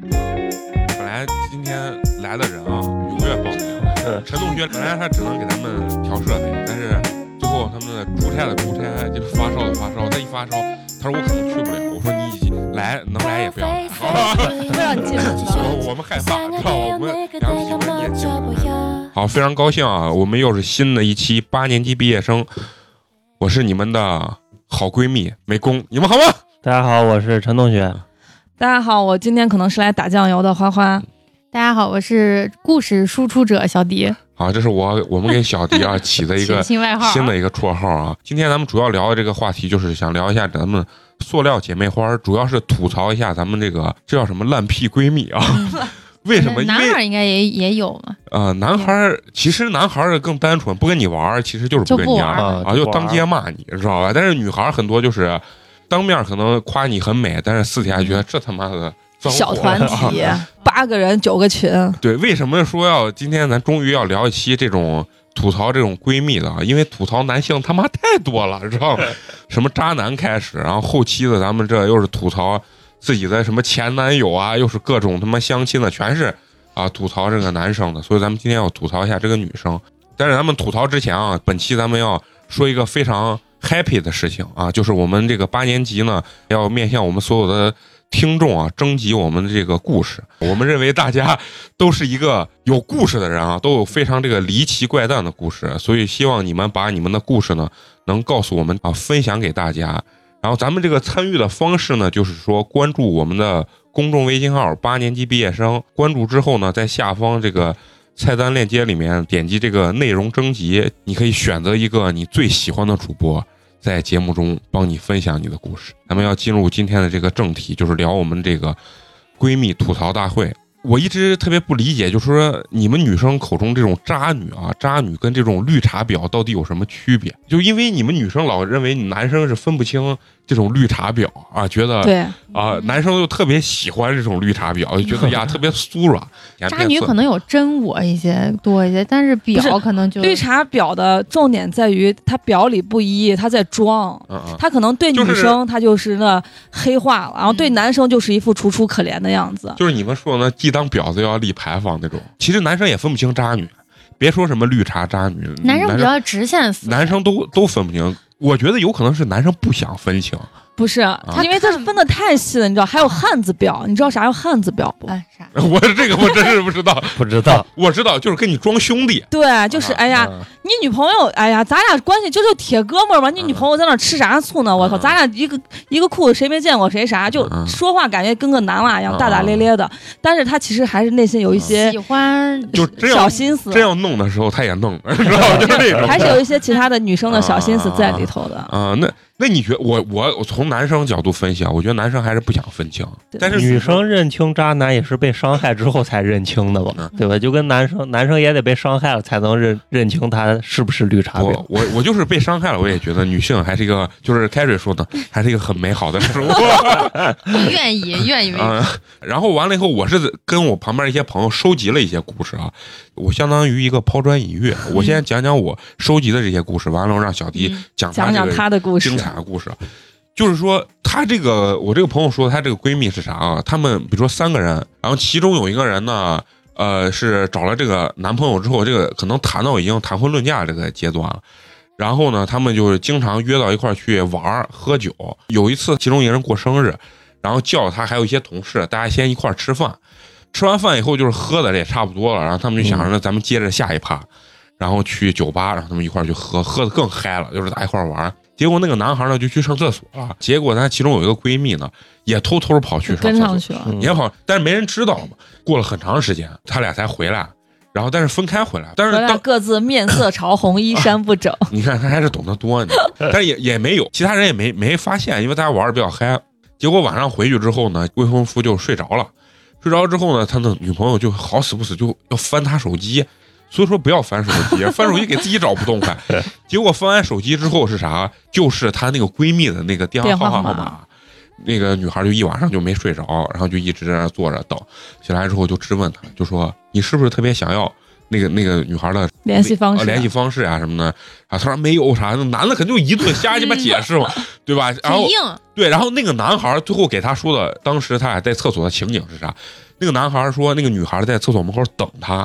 本来今天来的人啊，有个月报名了。陈同学本来他只能给咱们调设备，但是最后他们出差的出差，就是发烧的发烧。他一发烧，他说我可能去不了。我说你来能来也不要来，啊好吧？会让你记住啊我我们害怕，知道我们良心我们年轻人。好，非常高兴啊！我们又是新的一期八年级毕业生，我是你们的好闺蜜美工，你们好吗？大家好，我是陈同学。大家好，我今天可能是来打酱油的花花。大家好，我是故事输出者小迪，好，这是我我们给小迪啊起的一个新新外号啊，新的一个绰号啊。今天咱们主要聊的这个话题，就是想聊一下咱们塑料姐妹花儿，主要是吐槽一下咱们这个这叫什么烂屁闺蜜啊？为什么？因嗯男孩为儿应该也也有嘛，呃，男孩儿其实男孩儿更单纯，不跟你玩儿，其实就是就跟不你玩儿玩啊啊，就当街骂你，知道吧？但是女孩儿很多就是当面可能夸你很美，但是私底下觉得这他妈的脏货小团啊 体，八个人九个群，对，为什么说要今天咱终于要聊一期这种吐槽这种闺蜜的啊？因为吐槽男性他妈太多了，知道吗？什么渣男开始，然后后期的咱们这又是吐槽自己的什么前男友啊，又是各种他妈相亲的，全是啊吐槽这个男生的。所以咱们今天要吐槽一下这个女生。但是咱们吐槽之前啊，本期咱们要说一个非常 happy 的事情啊，就是我们这个八年级呢要面向我们所有的听众啊，征集我们的这个故事。我们认为大家都是一个有故事的人啊，都有非常这个离奇怪诞的故事，所以希望你们把你们的故事呢，能告诉我们啊，分享给大家。然后咱们这个参与的方式呢，就是说关注我们的公众微信号“八年级毕业生”，关注之后呢，在下方这个菜单链接里面点击这个内容征集，你可以选择一个你最喜欢的主播，在节目中帮你分享你的故事。咱们要进入今天的这个正题，就是聊我们这个闺蜜吐槽大会。我一直特别不理解，就是说你们女生口中这种渣女啊，渣女跟这种绿茶婊到底有什么区别？就因为你们女生老认为你男生是分不清这种绿茶婊啊，觉得对，啊、男生就特别喜欢这种绿茶婊，就觉得哎 呀特别酥软。渣女可能有真我一些多一些，但是不是表可能就绿茶婊的重点在于她表里不一，她在装。嗯嗯，她可能对女就是生，她就是那黑化了，然后对嗯男生就是一副楚楚可怜的样子。就是你们说的那既当婊子又要立牌坊那种，其实男生也分不清渣女，别说什么绿茶渣女，男生男生比较直线分，男生都都分不清。我觉得有可能是男生不想分清， 不是，啊因为她是分的太细了，你知道？还有汉字婊，你知道啥叫汉字婊不？哎啥，我这个我真是不知道。不知 道，我知道，就是跟你装兄弟。对，就是啊哎呀，嗯你女朋友，哎呀，咱俩关系就是铁哥们儿嘛。你女朋友在那儿吃啥醋呢？我靠，嗯咱俩一个一个裤子，谁没见过谁啥，就嗯说话感觉跟个男娃一样，嗯大大咧咧的。但是他其实还是内心有一些喜欢就真要小心啊思，真要弄的时候，他也弄，知道吗 就是那种。还是有一些其他的女生的小心思在里头的。啊、那那你觉我我我从男生角度分析啊，我觉得男生还是不想分清，对但是女生认清渣男也是被伤害之后才认清的吧嗯？对吧？就跟男生，男生也得被伤害了才能认认清他是不是绿茶婊我。我我就是被伤害了，我也觉得女性还是一个，就是开水说的，还是一个很美好的生物愿意愿意为啊、然后完了以后，我是跟我旁边一些朋友收集了一些故事啊，我相当于一个抛砖引玉，我先讲讲我收集的这些故事，完了我让小迪嗯讲他讲这讲个她的故事精，彩的故事。就是说，她这个我这个朋友说，她这个闺蜜是啥啊？她们比如说三个人，然后其中有一个人呢，呃，是找了这个男朋友之后，这个可能谈到已经谈婚论嫁这个阶段了。然后呢，他们就是经常约到一块儿去玩儿喝酒。有一次，其中一个人过生日，然后叫他还有一些同事，大家先一块儿吃饭。吃完饭以后，就是喝的也差不多了，然后他们就想着，嗯那咱们接着下一趴。然后去酒吧，然后他们一块儿去喝，喝的更嗨了，就是大家一块儿玩儿。结果那个男孩呢就去上厕所了，结果她其中有一个闺蜜呢也偷偷跑去上跟厕上所，去了。嗯也跑，但是没人知道嘛。过了很长时间，他俩才回来，然后但是分开回来，但是咱俩当各自面色潮红，衣衫不整。你看他还是懂得多， 你但是也也没有，其他人也没没发现，因为大家玩的比较嗨。结果晚上回去之后呢，未婚夫就睡着了，睡着之后呢，他的女朋友就好死不死就要翻他手机，所以说不要翻手机，翻手机给自己找不痛 快。结果翻完手机之后是啥？就是她那个闺蜜的那个电话电话号码号号码码。那个女孩就一晚上就没睡着，然后就一直在那坐着等。醒来之后就质问她，就说你是不是特别想要那个那个女孩的 联系方式呃联系方式啊什么的啊？她说没有啥，那男的肯定就一顿瞎鸡巴解释嘛，嗯对吧？然后挺硬，对，然后那个男孩最后给他说的，当时他俩在厕所的情景是啥？那个男孩说，那个女孩在厕所门口等他，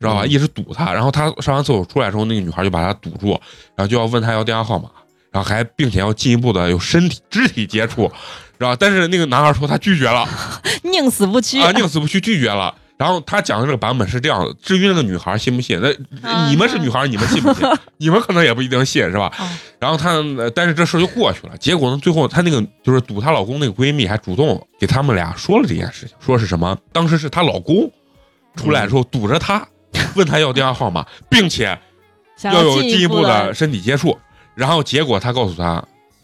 知道吧？嗯一直堵他。然后他上完厕所出来之后，那个女孩就把他堵住，然后就要问他要电话号码，然后还并且要进一步的有身体肢体接触，然后但是那个男孩说他拒绝了，宁死不屈啊，宁死不屈，拒绝了。然后他讲的这个版本是这样的，至于那个女孩信不信，那啊你们是女孩，你们信不信？你们可能也不一定信，是吧？啊然后她，呃但是这事儿就过去了。结果呢，最后她那个就是堵她老公那个闺蜜还主动给他们俩说了这件事情，说是什么？当时是她老公出来之后堵着她，问她要电话号码，并且想要有进一一步的的，身体接触。然后结果她告诉她，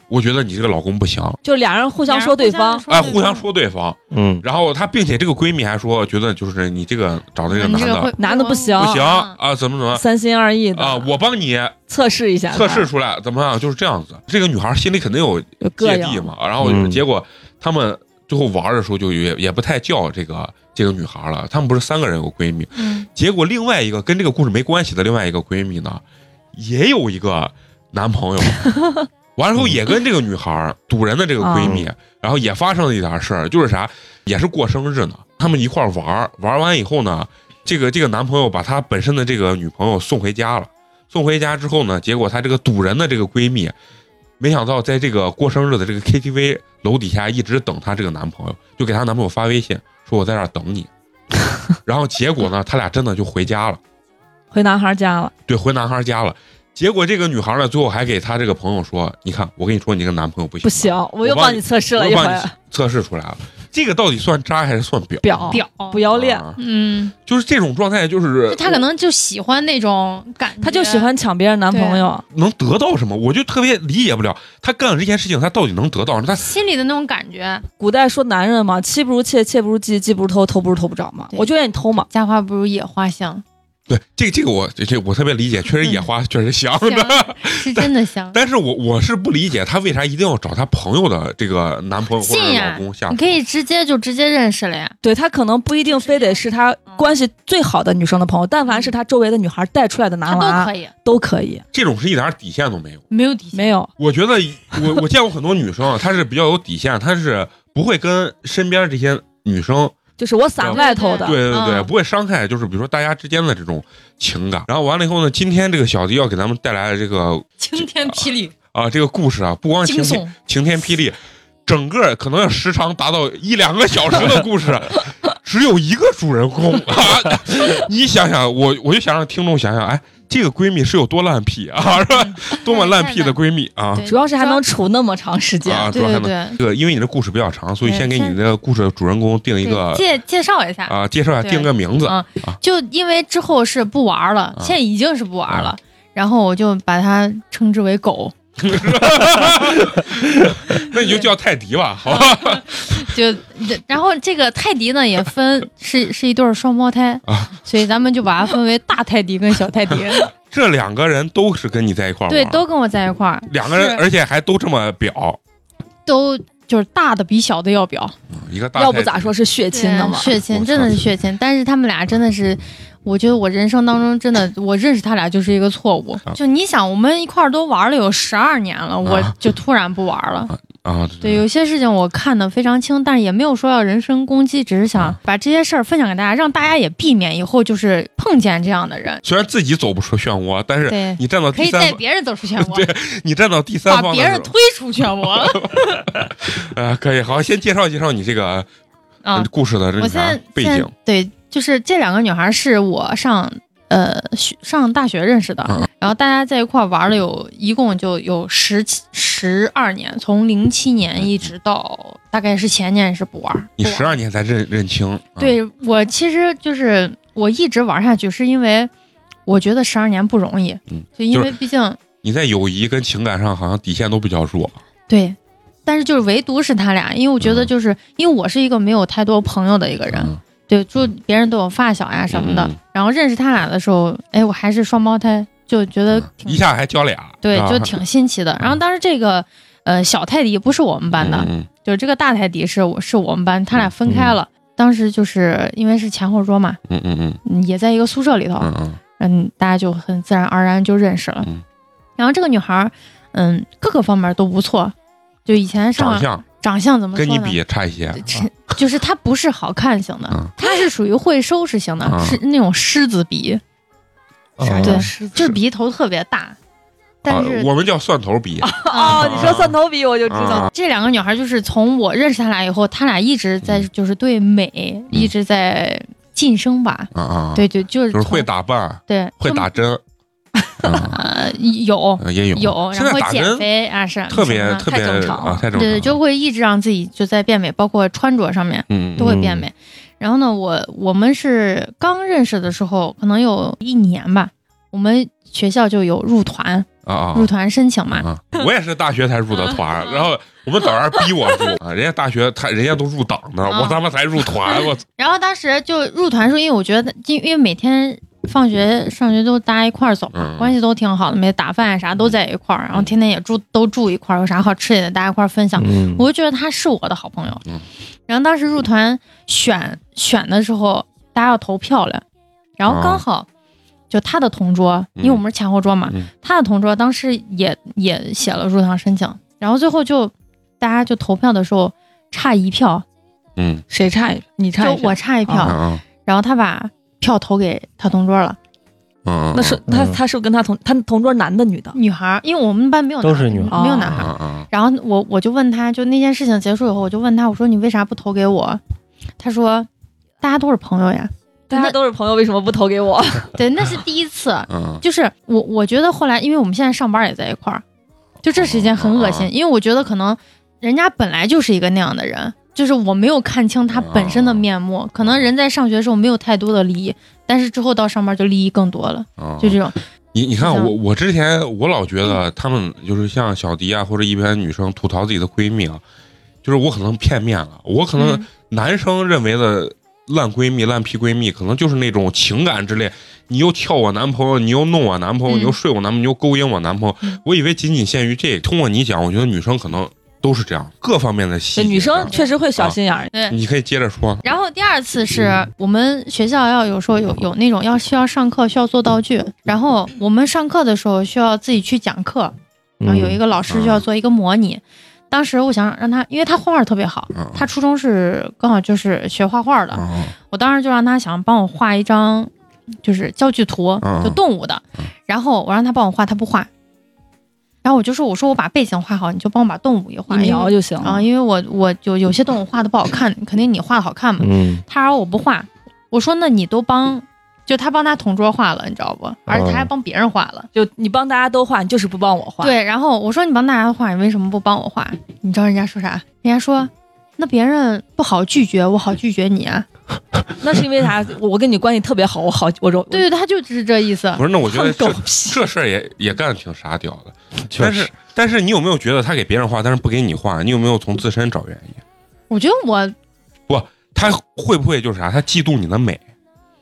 我觉得你这个老公不行，就俩人互相说对方，哎，互相说对方。嗯，然后她，并且这个闺蜜还说，觉得就是你这个找的这个男哎你这个会嗯的男的不行不行啊啊，怎么怎么三心二意的啊，我帮你测试一下，测试出来，怎么样，就是这样子。这个女孩心里肯定有有膈芥蒂应，嘛，然后嗯结果他们最后玩的时候就也也不太叫这个这个女孩了，她们不是三个人有闺蜜，嗯，结果另外一个跟这个故事没关系的另外一个闺蜜呢，也有一个男朋友，完了之后也跟这个女孩儿堵人的这个闺蜜，然后也发生了一点事儿，就是啥，也是过生日呢，他们一块儿玩儿，玩完以后呢，这个这个男朋友把他本身的这个女朋友送回家了，送回家之后呢，结果他这个堵人的这个闺蜜。没想到，在这个过生日的这个 KTV 楼底下一直等她这个男朋友，就给她男朋友发微信说我在这儿等你，然后结果呢，他俩真的就回家了，回男孩家了，对，回男孩家了。结果这个女孩呢，最后还给她这个朋友说：“你看，我跟你说，你这个男朋友不行，不行，我又我帮帮你你测试我了又一回帮，你测试出来了。这个到底算渣还是算婊？表表不要脸，啊嗯，就是这种状态，就是就他可能就喜欢那种感觉，他就喜欢抢别人男朋友，能得到什么，我就特别理解不了他干了这件事情，他到底能得到什么？他心里的那种感觉。古代说男人嘛，妻不如妾，妾不如妓，妓不如偷，偷不如偷不着嘛。对我就愿意偷嘛，家花不如野花香，对这这个我这这我特别理解，确实野花确实香的。香是真的香。但是我我是不理解他为啥一定要找他朋友的这个男朋友或者信呀老公下手。你可以直接就直接认识了呀。对他可能不一定非得是他关系最好的女生的朋友，但凡是他周围的女孩带出来的他男都娃可以，都可以，这种是一点底线都没有。没有底线。没有我觉得我 我见过很多女生啊，她是比较有底线，她是不会跟身边这些女生，就是我撒外头的对，对对，嗯不会伤害，就是比如说大家之间的这种情感。然后完了以后呢，今天这个小迪要给咱们带来的这个晴天霹雳，啊这个故事啊，不光是惊晴天悚，晴天霹雳，整个可能要时长达到一两个小时的故事。只有一个主人公啊！你想想，我我就想让听众想想，哎，这个闺蜜是有多烂屁啊，是吧？多么烂屁的闺蜜啊！对哦主要是还能处那么长时间。啊，主对要还对能对，这个，因为你的故事比较长，所以对先给先你的故事的主人公定一个对介介绍一下，啊、介绍一下，对定个名字。嗯就因为之后是不玩了，啊现在已经是不玩了，然后我就把它称之为狗，嗯那你就叫泰迪吧，好吧？就然后这个泰迪呢也分是是一对儿双胞胎，啊所以咱们就把它分为大泰迪跟小泰迪，这两个人都是跟你在一块儿玩对儿，，都跟我在一块儿，两个人，是而且还都这么表，都就是大的比小的要表，一个大要泰不迪咋说是血亲呢嘛？血我亲操真的是血亲，但是他们俩真的是。我觉得我人生当中真的，我认识他俩就是一个错误啊。就你想，我们一块儿都玩了有十二年了，我啊就突然不玩了。啊？对，有些事情我看得非常清，但是也没有说要人身攻击，只是啊想把这些事儿分享给大家，让大家也避免以后就是碰见这样的人。虽然自己走不出漩涡，但是对，你站到可 第以三带方，别人走出漩涡，你站到第三把方别的人时候，推出漩 涡。呃，可以好，先介绍介绍你这个啊，故事的这我个现在背现景在。对，就是这两个女孩是我上呃学上大学认识的，嗯然后大家在一块儿玩了有一共就有十七十二年，从零七嗯年一直到大概是前年是不玩儿，你不玩十二年才认认清，啊，对我其实就是我一直玩下去，是因为我觉得十二年不容易，嗯就因为毕竟、你在友谊跟情感上好像底线都比较弱，对，但是就是唯独是他俩，因为我觉得就是、因为我是一个没有太多朋友的一个人，啊嗯对，祝别人都有发小呀什么的。嗯然后认识他俩的时候，哎，我还是双胞胎，就觉得嗯挺、一下还交俩，对，啊就挺新 奇的。然后当时这个呃小泰迪不是我们班的，嗯嗯就是这个大泰迪是我是我们班，他俩分开了。当时就是因为是前后桌嘛，嗯嗯嗯嗯也在一个宿舍里头，嗯嗯嗯，大家就很自然而然就认识了。嗯然后这个女孩儿，嗯，各个方面都不错，就以前上长相长相怎么说跟你呢？比差一些，啊这就是她不是好看型嗯的，她是属于会收拾型的嗯，是那种狮子鼻，啊对，就就是鼻头特别大。但啊是啊我们叫蒜头比，哦，你说蒜头比我就知道啊，这两个女孩就是从我认识她俩以后，她俩一直在嗯就是对美一直在晋升吧。啊嗯啊，，对对，就是就是会从打扮，对会打 针，啊呃有啊也有有，现然在后会打减针肥啊是特别什么特别太正常了啊，太正常了，对对，就会一直让自己就在变美，包括穿着上面嗯嗯都会变美。然后呢，我我们是刚认识的时候，可能有一年吧，我们学校就有入团，啊啊入团申请嘛。啊！我也是大学才入的团， 然后我们导员逼我入啊，人家大学他人家都入党呢，啊我他妈才入团，我然后当时就入团的时候，因为我觉得，因因为每天放学上学都大家一块儿走嘛，嗯关系都挺好的，没打饭啊啥都在一块儿，然后天天也住都住一块儿，有啥好吃也得大家一块儿分享。嗯，啊我就觉得他是我的好朋友。嗯然后当时入团选选的时候，大家要投票了，然后刚好就他的同桌，嗯因为我们是前后桌嘛，嗯他的同桌当时也也写了入团申请，然后最后就大家就投票的时候差一票，嗯谁差一你差就一票我差一票，嗯嗯然后他把票投给他同桌了，嗯，那是他嗯他是不是跟他同他同桌男的女的女孩儿，因为我们班没有男都是女孩儿没有男孩儿。嗯嗯然后我我就问他，就那件事情结束以后，我就问他，我说你为啥不投给我？他说，大家都是朋友呀。大家都是朋友，为什么不投给 我？对，那是第一次，嗯就是我我觉得后来，因为我们现在上班也在一块儿，就这是一件很恶心，因为我觉得可能人家本来就是一个那样的人，就是我没有看清他本身的面目，可能人在上学的时候没有太多的利益，但是之后到上班就利益更多了，嗯，就这种，你你看是这样我我之前我老觉嗯得他们就是像小迪啊或者一般女生吐槽自己的闺蜜啊，就是我可能片面了，我可能嗯男生认为的烂闺蜜、烂屁闺蜜，可能就是那种情感之类，你又撬我男朋友，你又弄我男朋友，嗯你又睡我男朋友，你又勾引我男朋友。嗯我以为仅仅限于这个。通过你讲，我觉得女生可能都是这样，各方面的细节。女生，确实会小心眼 儿，你可以接着说。然后第二次是我们学校要有时候有有那种要需要上课需要做道具，然后我们上课的时候需要自己去讲课，然后有一个个老师就要做一个模拟。当时我想让他，因为他画画特别好，嗯他初中是刚好就是学画画的，嗯我当时就让他想帮我画一张就是教具图嗯，就动物的嗯。然后我让他帮我画，他不画。然后我就说：“我说我把背景画好，你就帮我把动物也一画。”瞄就行啊，了。因为我我有有些动物画的不好看，肯定你画的好看嘛。嗯他说我不画，我说那你都帮，就他帮他同桌画了，你知道不？而且他还哦帮别人画了。就你帮大家都画，你就是不帮我画。，对，然后我说你帮大家画，你为什么不帮我画？你知道人家说啥？人家说那别人不好拒绝，我好拒绝 你啊。那是因为 啥？我跟你关系特别好，我好，我就对对，对他就只是这意思不。是，那我觉放得狗这屁。这事儿也也干的挺傻屌的。确但实是但是你有没有觉得他给别人画，但是不给你画？你有没有从自身找原因？我觉得我他会不会就是啥？他嫉妒你的美？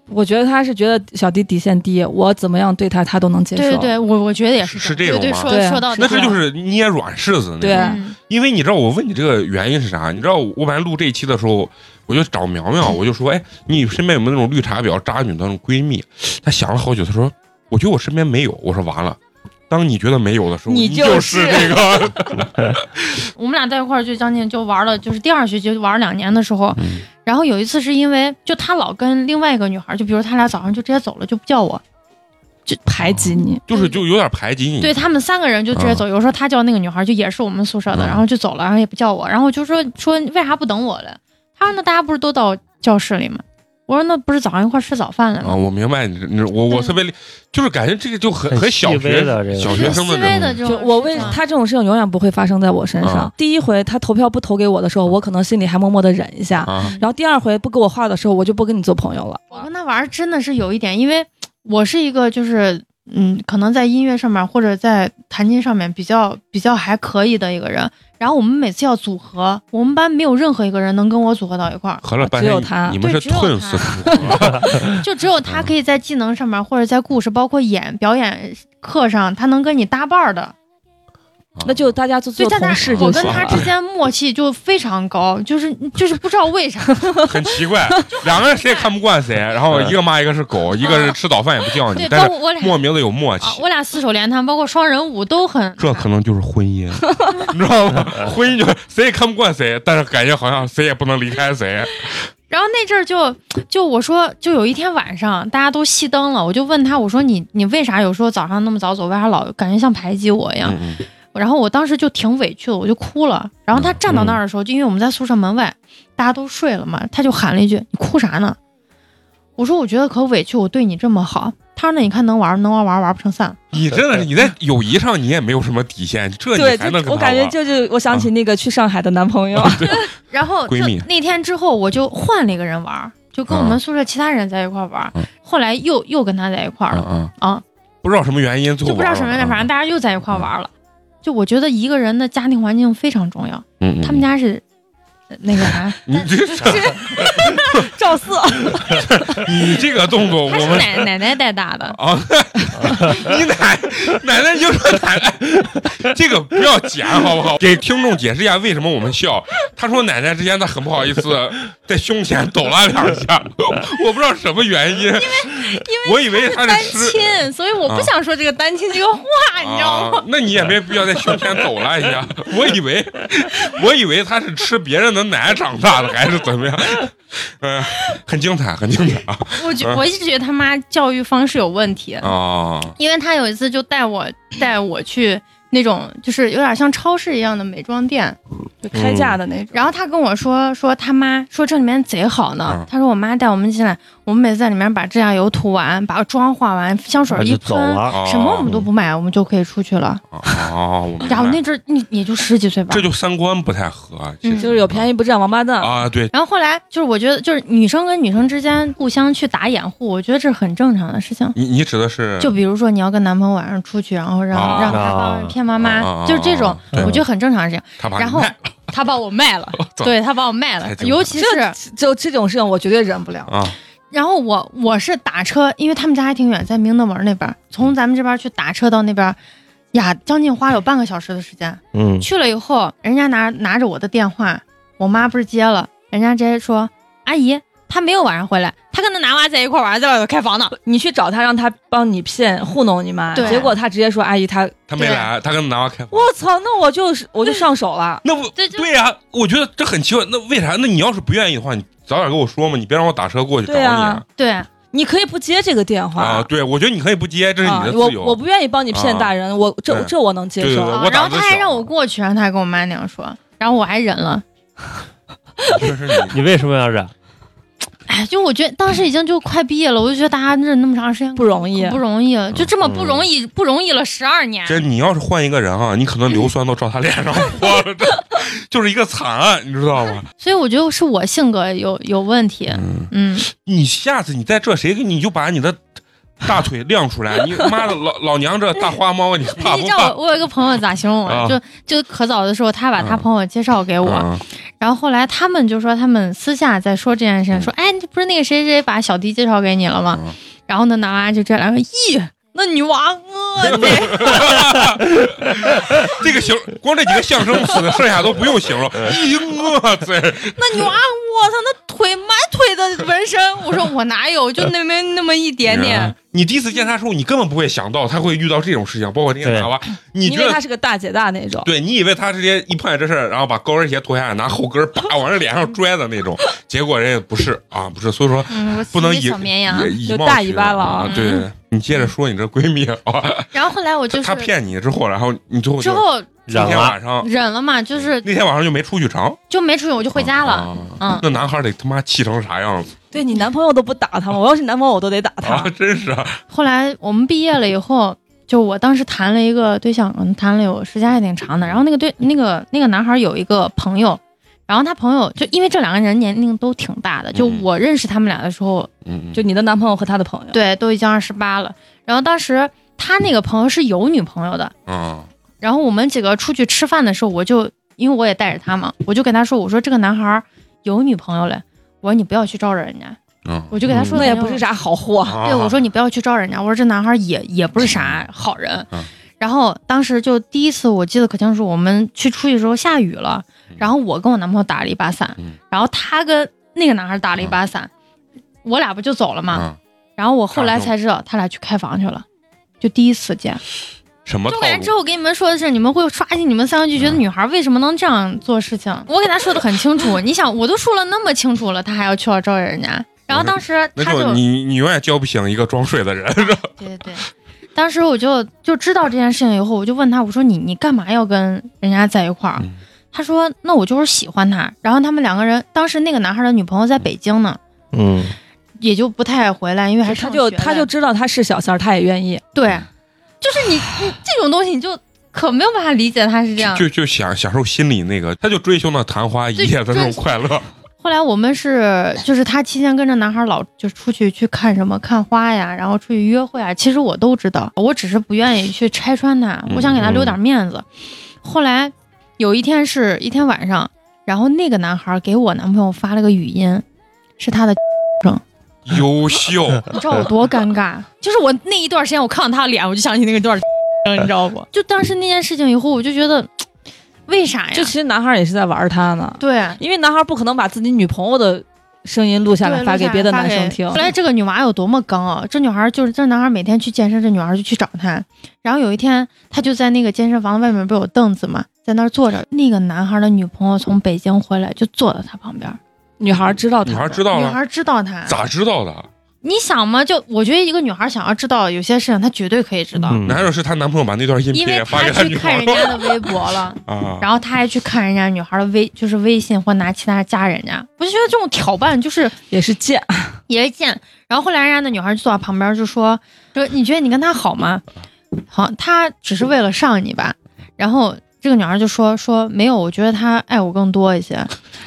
我觉得他是觉得小迪底线低，我怎么样对他，他都能接受。对对对，我我觉得也是是这这样种对吗对，说对说到那这这个就是捏软柿子那种。对嗯因为你知道我问你这个原因是啥？你知道我本来录这一期的时候，我就找苗苗，我就说，哎，你身边有没有那种绿茶婊、渣女的那种闺蜜？她想了好久，她说，我觉得我身边没有。我说完了，当你觉得没有的时候，你你就是这 个。 我们俩在一块儿就将近就玩了，就是第二学期就玩了两年的时候，嗯然后有一次是因为就他老跟另外一个女孩儿，就比如他俩早上就直接走了，就不叫我。就排挤你，就是就有点排挤你。对他们三个人就直接走，有时候他叫那个女孩，就也是我们宿舍的，嗯然后就走了，然后也不叫我，然后我就说说为啥不等我了？他说那大家不是都到教室里吗？我说那不是早上一块儿吃早饭了啊，吗？我明白你这，你这我我对特别理，就是感觉这个就很很很小细微学的这个小就学是生细的微那的种。这就种，我为是他这种事情啊永远不会发生在我身上啊。第一回他投票不投给我的时候，我可能心里还默默的忍一下。啊，然后第二回不给我画的时候，我就不跟你做朋友了。我跟他玩儿真的是有一点，因为我是一个就是嗯，可能在音乐上面或者在弹琴上面比较比较还可以的一个人，然后我们每次要组合，我们班没有任何一个人能跟我组合到一块儿，合了半只天有他，你们是对只有 twins 他组 合就只有他可以在技能上面，或者在故事，包括演表演课上，他能跟你搭伴儿的。那就大家做所做以大家同事就我行跟他了。之间默契就非常高，就是就是不知道为啥，啊很奇 怪，两个人谁也看不惯谁，然后一个骂一个是狗，一个是吃早饭也不叫你对，，但包是括我俩莫名的有默契啊，。我俩四手联弹，包括双人舞都很。这可能就是婚 姻，你知道吗？婚姻就是谁也看不惯谁，但是感觉好像谁也不能离开谁。然后那阵儿就就我说，就有一天晚上大家都熄灯了，我就问他，我说你你为啥有时候早上那么早走，为啥老感觉像排挤我一样？嗯嗯然后我当时就挺委屈的，我就哭了。然后他站嗯到那儿的时候，就因为我们在宿舍门外，大家都睡了嘛，他就喊了一句：“你哭啥呢？”我说：“我觉得可委屈，我对你这么好。”他说：“那你看能玩，能玩玩，玩不成散了。你真的是你在友谊上你也没有什么底线，这对，你还就能跟我他感觉玩嗯就是我想起那个去上海的男朋 友，然后就闺蜜那天之后，我就换了一个人玩，就跟我们嗯宿舍其他人在一块儿玩。嗯后来又又跟他在一块儿了，嗯啊，不知道什么原因，最后就不知道玩什么了啊嗯原因，反正大家又在一块儿玩了。就我觉得一个人的家庭环境非常重要。嗯嗯他们家是呃那个啥， 嗯你这 赵四，你这个动作，我他是们奶奶奶带大的。啊， 你奶奶奶你就说奶奶，这个不要剪好不好？给听众解释一下为什么我们笑。他说奶奶之前他很不好意思，在胸前抖了两下， 我不知道什么原因，因为我以为他单是吃。亲，所以我不啊想说这个单亲这个话，你知道吗？啊，那你也没必要在胸前抖了一下。我以为，我以为他是吃别人的奶长大的，还是怎么样？嗯、很精彩，很精彩 啊！我觉我一直觉得他妈教育方式有问题，啊，因为他有一次就带我带我去那种就是有点像超市一样的美妆店，就开价的那嗯种。然后他跟我说说他妈说这里面贼好呢嗯，他说我妈带我们进来，我们每次在里面把指甲油涂完，把妆化完，香水那一就走喷。了。什么我们都不买，我们就可以出去了。哦，我明白然后那阵儿你也就十几岁吧，这就三观不太合，啊其嗯实就是有便宜不占王八蛋，啊，对，然后后来就是，我觉得就是女生跟女生之间互相去打掩护，我觉得这是很正常的事情。你你指的是就比如说你要跟男朋友晚上出去，然后让、啊让他帮骗妈啊妈，啊啊啊就是这种，对我觉得很正常的事情。他把你然后卖他把我 卖了，走对他把我卖了太，正常尤其是就这种事情我绝对忍不了。啊，然后我我是打车，因为他们家还挺远，在明德门那边，从咱们这边去打车到那边，呀，将近花了有半个小时的时间。嗯，去了以后，人家拿拿着我的电话，我妈不是接了，人家直接说：“阿姨，他没有晚上回来，他跟他男娃在一块儿玩，在外头开房呢。你去找他，让他帮你骗糊弄你妈，对结果他直接说：“阿姨，他他没来，他跟男娃开房。我。操，那我 就是我就上手了那我这就对呀、我觉得这很奇怪。那为啥？那你要是不愿意的话，你早点跟我说嘛，你别让我打车过去找你对啊对，你可以不接这个电话啊对，我觉得你可以不接，这是你啊的自我由。啊我不愿意帮你骗大人，我这对这我能接对对受对。啊我然胆后子他还小让我过去，然后他还跟我妈那样说，然后我还忍了。确实 你你为什么要忍？哎，就我觉得当时已经就快毕业了，我就觉得大家忍那么长时间不容易可不容易，就这么不嗯容易，不容易了十二年。这你要是换一个人啊，你可能硫酸都照他脸上 泼了，这就是一个惨案，你知道吗？所以我觉得是我性格有有问题。嗯， 嗯，你下次你再这谁，你就把你的大腿亮出来，你妈的老老娘这大花猫，啊你怕你不知道怕？我我有一个朋友咋形容我啊的？就就可早的时候，他把他嗯朋友介绍给我，嗯然后后来他们就说他们私下在说这件事情，说哎，你不是那个谁谁谁把小迪介绍给你了吗？嗯然后呢，男娃就这两个咦，那女娃 呃，对这个形光这几个象声词，剩下都不用形容。咦，我这那女娃，我操，那腿满腿的纹身，我说我哪有，就那么那么一点点。你第一次见他的时候，你根本不会想到他会遇到这种事情，包括那个对男娃，你因觉为他得是个大姐大那种，对你以为他直接一碰见这事儿，然后把高跟鞋脱下来，拿后跟儿叭往人脸上拽的那种，结果人家不是啊，不是，所以说嗯，我不能死你以小绵羊。也以就貌大取尾巴人了啊！嗯对对，对你接着说你这闺蜜啊，然后后来我就是她骗你之后，然后你最后之就哦后那忍天了，晚上忍了嘛，就是那天晚上就没出去成，就没出去，我就回家了。啊嗯，那男孩得他妈气成啥样子对你男朋友都不打他吗？我要是男朋友我都得打他啊！。真是啊后来我们毕业了以后，就我当时谈了一个对象，嗯，谈了有时间还挺长的。然后那个对那个那个男孩有一个朋友，然后他朋友就因为这两个人年龄都挺大的，就嗯我认识他们俩的时候，嗯，嗯就你的男朋友和他的朋友，对，都已经二十八了。然后当时他那个朋友是有女朋友的，啊然后我们几个出去吃饭的时候，我就因为我也带着他嘛，我就跟他说，我说这个男孩儿有女朋友了，我说你不要去招惹人家，嗯，我就给他说那的也种不是啥好货，啊对，我说你不要去招人家，我说这男孩也也不是啥好人嗯。然后当时就第一次我记得可清楚，我们去出去的时候下雨了，然后我跟我男朋友打了一把伞嗯，然后他跟那个男孩打了一把伞，我俩不就走了嘛。嗯然后我后来才知道他俩去开房去了。就第一次见，什么就套感觉之路？后给你们说的是，你们会刷新你们三观，就觉得嗯女孩为什么能这样做事情？我给他说的很清 楚，你想我都说了那么清楚了，他还要去要招惹人家。然后当时那他就就你你永远叫不醒一个装睡的人，对对对，当时我就就知道这件事情以后，我就问他，我说你你干嘛要跟人家在一块儿？嗯他说那我就是喜欢他。然后他们两个人，当时那个男孩的女朋友在北京呢，嗯，也就不太回来，因为还他上就学他嘞就知道他是小三儿，他也愿意。对，就是你你这种东西你就可没有办法理解 他是这样。就就想享受心里那个，他就追求那昙花一现的那种快乐。后来我们是就是他期间跟着男孩老就出去去看什么看花呀，然后出去约会啊，其实我都知道，我只是不愿意去拆穿他，嗯我想给他留点面子。后来有一天是一天晚上，然后那个男孩给我男朋友发了个语音，是 他的，优 秀，你知道我多尴 尬？就是我那一段时间我看到他的脸，我就想起那个段儿， 你知道不？就当时那件事情以后，我就觉得为啥呀？就其实男孩儿也是在玩儿他呢，对，因为男孩儿不可能把自己女朋友的声音录下对来发给别的男生听后。来这个女娃有多么刚啊！这女孩就是这男孩每天去健身，这女孩就去找他。然后有一天，他就在那个健身房外面不有凳子嘛，在那儿坐着。那个男孩的女朋友从北京回来，就坐在他旁边。女孩儿知道他女的，孩知道女了，孩知道他，咋知道的？你想嘛？就我觉得一个女孩想要知道有些事情，她绝对可以知道，嗯难道是她男朋友把那段音频因为也发她给她去女看朋人友家的微博 了。啊？然后他还去看人家女孩的微，就是微信或拿其他加人家，我就觉得这种挑办就是也是贱。也是见。然后后来人家那女孩就坐在旁边就说：“说你觉得你跟他好吗？好，他只是为了上你吧。”然后这个女孩就说：“说没有，我觉得他爱我更多一些。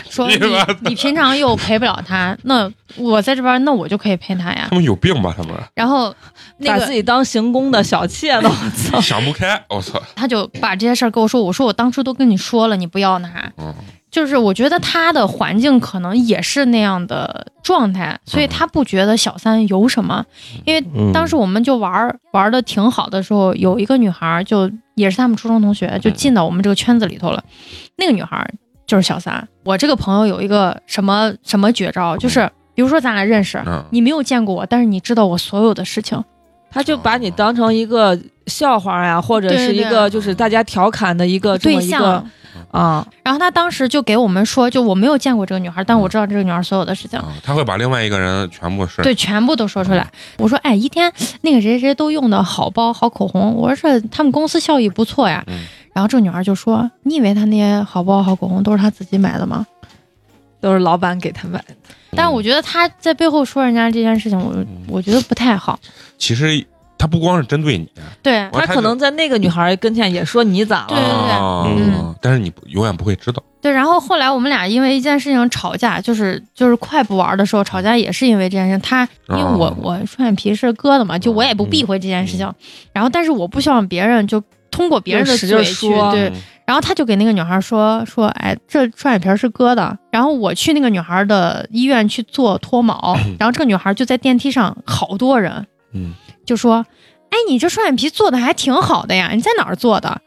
说你妈的你你平常又陪不了他，那我在这边，那我就可以陪他呀他。们有病吧？他 们然后那把自个己当行宫的小妾呢，我 操！想不开，我操！他就把这些事儿跟我说，我说我当初都跟你说了，你不要他。嗯，就是我觉得他的环境可能也是那样的状态，所以他不觉得小三有什么，因为嗯当时我们就玩儿玩的挺好的时候，有一个女孩儿就也是他们初中同学，嗯就进到我们这个圈子里头了。那个女孩儿就是小三。我这个朋友有一个什么什么绝招，嗯就是比如说咱俩认识，嗯你没有见过我，但是你知道我所有的事情。他就把你当成一个笑话呀，或者是一个就是大家调侃的一个这对么一个象。啊，然后他当时就给我们说，就我没有见过这个女孩儿，但我知道这个女孩儿所有的事情。啊，他会把另外一个人全部是对，全部都说出来。我说，哎，一天那个谁谁都用的好包、好口红，我说这他们公司效益不错呀。嗯然后这个女孩就说：“你以为她那些好包、好口红都是她自己买的吗都是老板给他买的。？”嗯但是我觉得她在背后说人家这件事情，我我觉得不太好。嗯其实他不光是针对你，对我他可能在那个女孩跟前也说你咋对了？啊对对嗯但是你不永远不会知道。对，然后后来我们俩因为一件事情吵架，就是就是快不玩的时候吵架，也是因为这件事情。她因为我哦我双眼皮是割的嘛，就我也不避讳这件事情。然后，但是我不希望别人就通过别人的用使劲嘴去说对嗯，然后他就给那个女孩说说，哎，这双眼皮儿是割的。然后我去那个女孩的医院去做脱毛，然后这个女孩就在电梯上，好多人，嗯，就说，哎，你这双眼皮做的还挺好的呀，你在哪儿做的？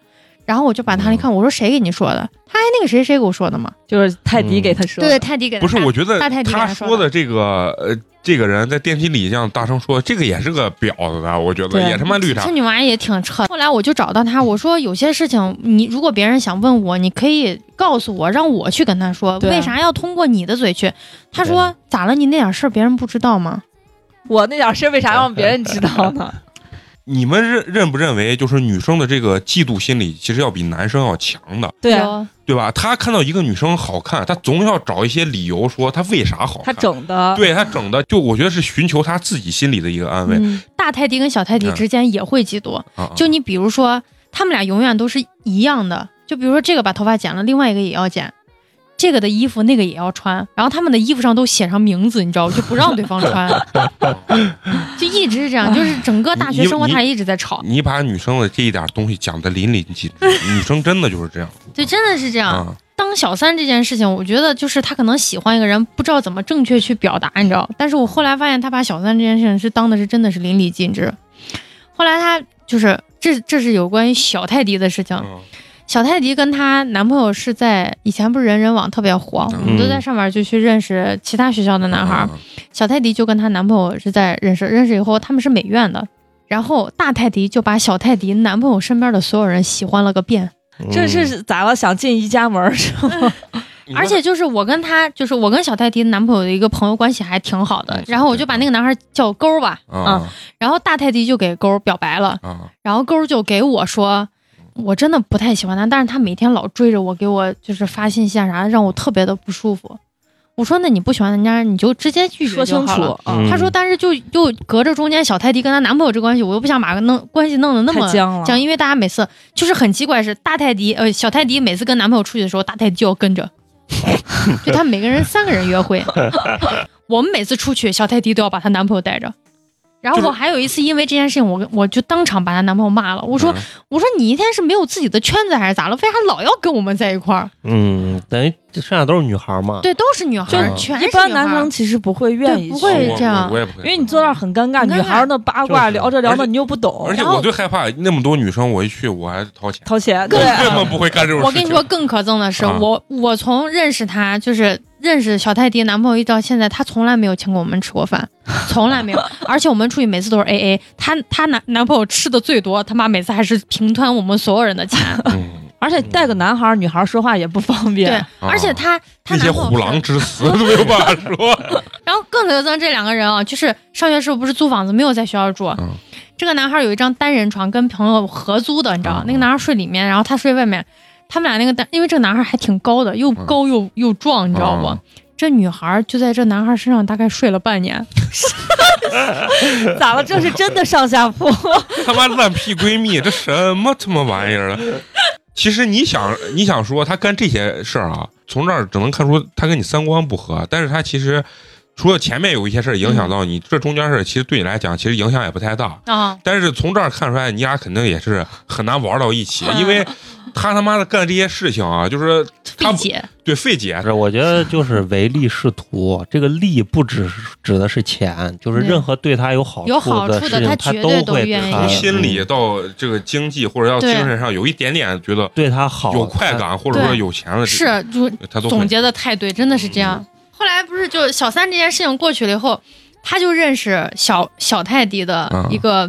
然后我就把他一看，我说谁给你说的？他还那个谁谁给我说的嘛？就是泰迪嗯给他说对的。对，泰迪给的不是，大我觉得大太平他洋说说的的这个呃，这个人在电梯里这样大声说，这个也是个婊子的，我觉得对也他妈绿茶这。女娃也挺扯。后来我就找到她，我说有些事情你如果别人想问我，你可以告诉我，让我去跟他说，对啊为啥要通过你的嘴去？她说咋了？你那点事儿别人不知道吗？我那点事儿为啥让别人知 道呢？你们认认不认为，就是女生的这个嫉妒心理其实要比男生要强的，对啊，有对吧？她看到一个女生好看，她总要找一些理由说她为啥好他看。整的。对她整的，就我觉得是寻求她自己心里的一个安慰。嗯，大泰迪跟小泰迪之间也会嫉妒。啊啊啊嗯就你比如说，他们俩永远都是一样的，就比如说这个把头发剪了，另外一个也要剪。这个的衣服那个也要穿，然后他们的衣服上都写上名字，你知道吗？就不让对方穿，就一直是这样，就是整个大学生活你他一直在吵，啊你把女生的这一点东西讲得淋漓尽致，女生真的就是这样对，真的是这样。啊。当小三这件事情，我觉得就是他可能喜欢一个人，不知道怎么正确去表达，你知道？但是我后来发现，他把小三这件事情是当的是真的是淋漓尽致。后来他就是这这是有关于小泰迪的事情。嗯小泰迪跟她男朋友是在以前不是人人网特别火，嗯我们都在上面就去认识其他学校的男孩儿。嗯小泰迪就跟她男朋友是在认识，认识以后他们是美院的。然后大泰迪就把小泰迪男朋友身边的所有人喜欢了个遍，这嗯是咋了？想进一家门儿 是吗？你而且就是我跟他，就是我跟小泰迪男朋友的一个朋友关系还挺好的嗯，然后我就把那个男孩叫勾儿吧，嗯，啊然后大泰迪就给勾儿表白了，啊，然后勾儿就给我说，我真的不太喜欢他，但是他每天老追着我，给我就是发信息啊啥，让我特别的不舒服。我说那你不喜欢人家，你就直接拒绝说就清好了楚。啊，他嗯说，但是就又隔着中间小泰迪跟她男朋友这关系，我又不想把弄关系弄得那太么僵了。僵，因为大家每次就是很奇怪，是大泰迪呃小泰迪每次跟男朋友出去的时候，大泰迪就要跟着，就他们每个人三个人约会，我们每次出去，小泰迪都要把她男朋友带着。然后我还有一次因为这件事情，我跟我就当场把她男朋友骂了，我说、嗯我说你一天是没有自己的圈子还是咋了？为啥老要跟我们在一块儿？嗯，等于这剩下都是女孩嘛。对，都是女孩儿，嗯就全是一女孩儿般男生其实不会愿意去，对不会我这样我也不会，因为你坐那儿很尴尬，很尴尬女孩儿那八就卦是聊着聊着而且你又不懂，而且然我后最害怕那么多女生，我一去我还掏钱，掏钱，我对，根本不会干这种事情。我跟你说，，更可憎的是，啊我我从认识他就是认识小泰迪男朋友一直到现在，他从来没有请过我们吃过饭，从 来没有。而且我们出去每次都是 A A，他他男男朋友吃的最多，他妈每次还是平摊我们所有人的钱。嗯，而且带个男孩儿，女孩儿说话也不方对便。，啊而且他他那男些朋虎友狼是，之词都没有办法说。然后更可憎这两个人啊，就是上学时候不是租房子，没有在学校住。啊嗯这个男孩有一张单人床跟朋友合租的，你知道，嗯那个男孩睡里面，然后他睡外面。他们俩那个单，因为这个男孩还挺高的，又高又、又壮，你知道不？嗯这女孩就在这男孩身上大概睡了半年， 咋了？这是真的上下铺，他妈烂屁闺蜜，这什么他妈玩意儿啊？其实你想，你想说他干这些事儿啊，从这儿只能看出他跟你三观不合，但是他其实除了前面有一些事儿影响到嗯你，这中间事儿其实对你来讲其实影响也不太大。啊，但是从这儿看出来，你俩肯定也是很难玩到一起，因 为他他妈的干这些事情啊，就是他费解。对费解不，是，我觉得 就是唯利是图，这个利不只是指的是钱，就是对任何对他有好有好的处事的情，他他绝对都会愿意看从嗯心理到这个经济或者要精对神上有一点点觉得对他好，有快感，或者说有钱了，是，就他都总很结的太对，真的是这嗯样。后来不是就小三这件事情过去了以后，他就认识小小泰迪的一个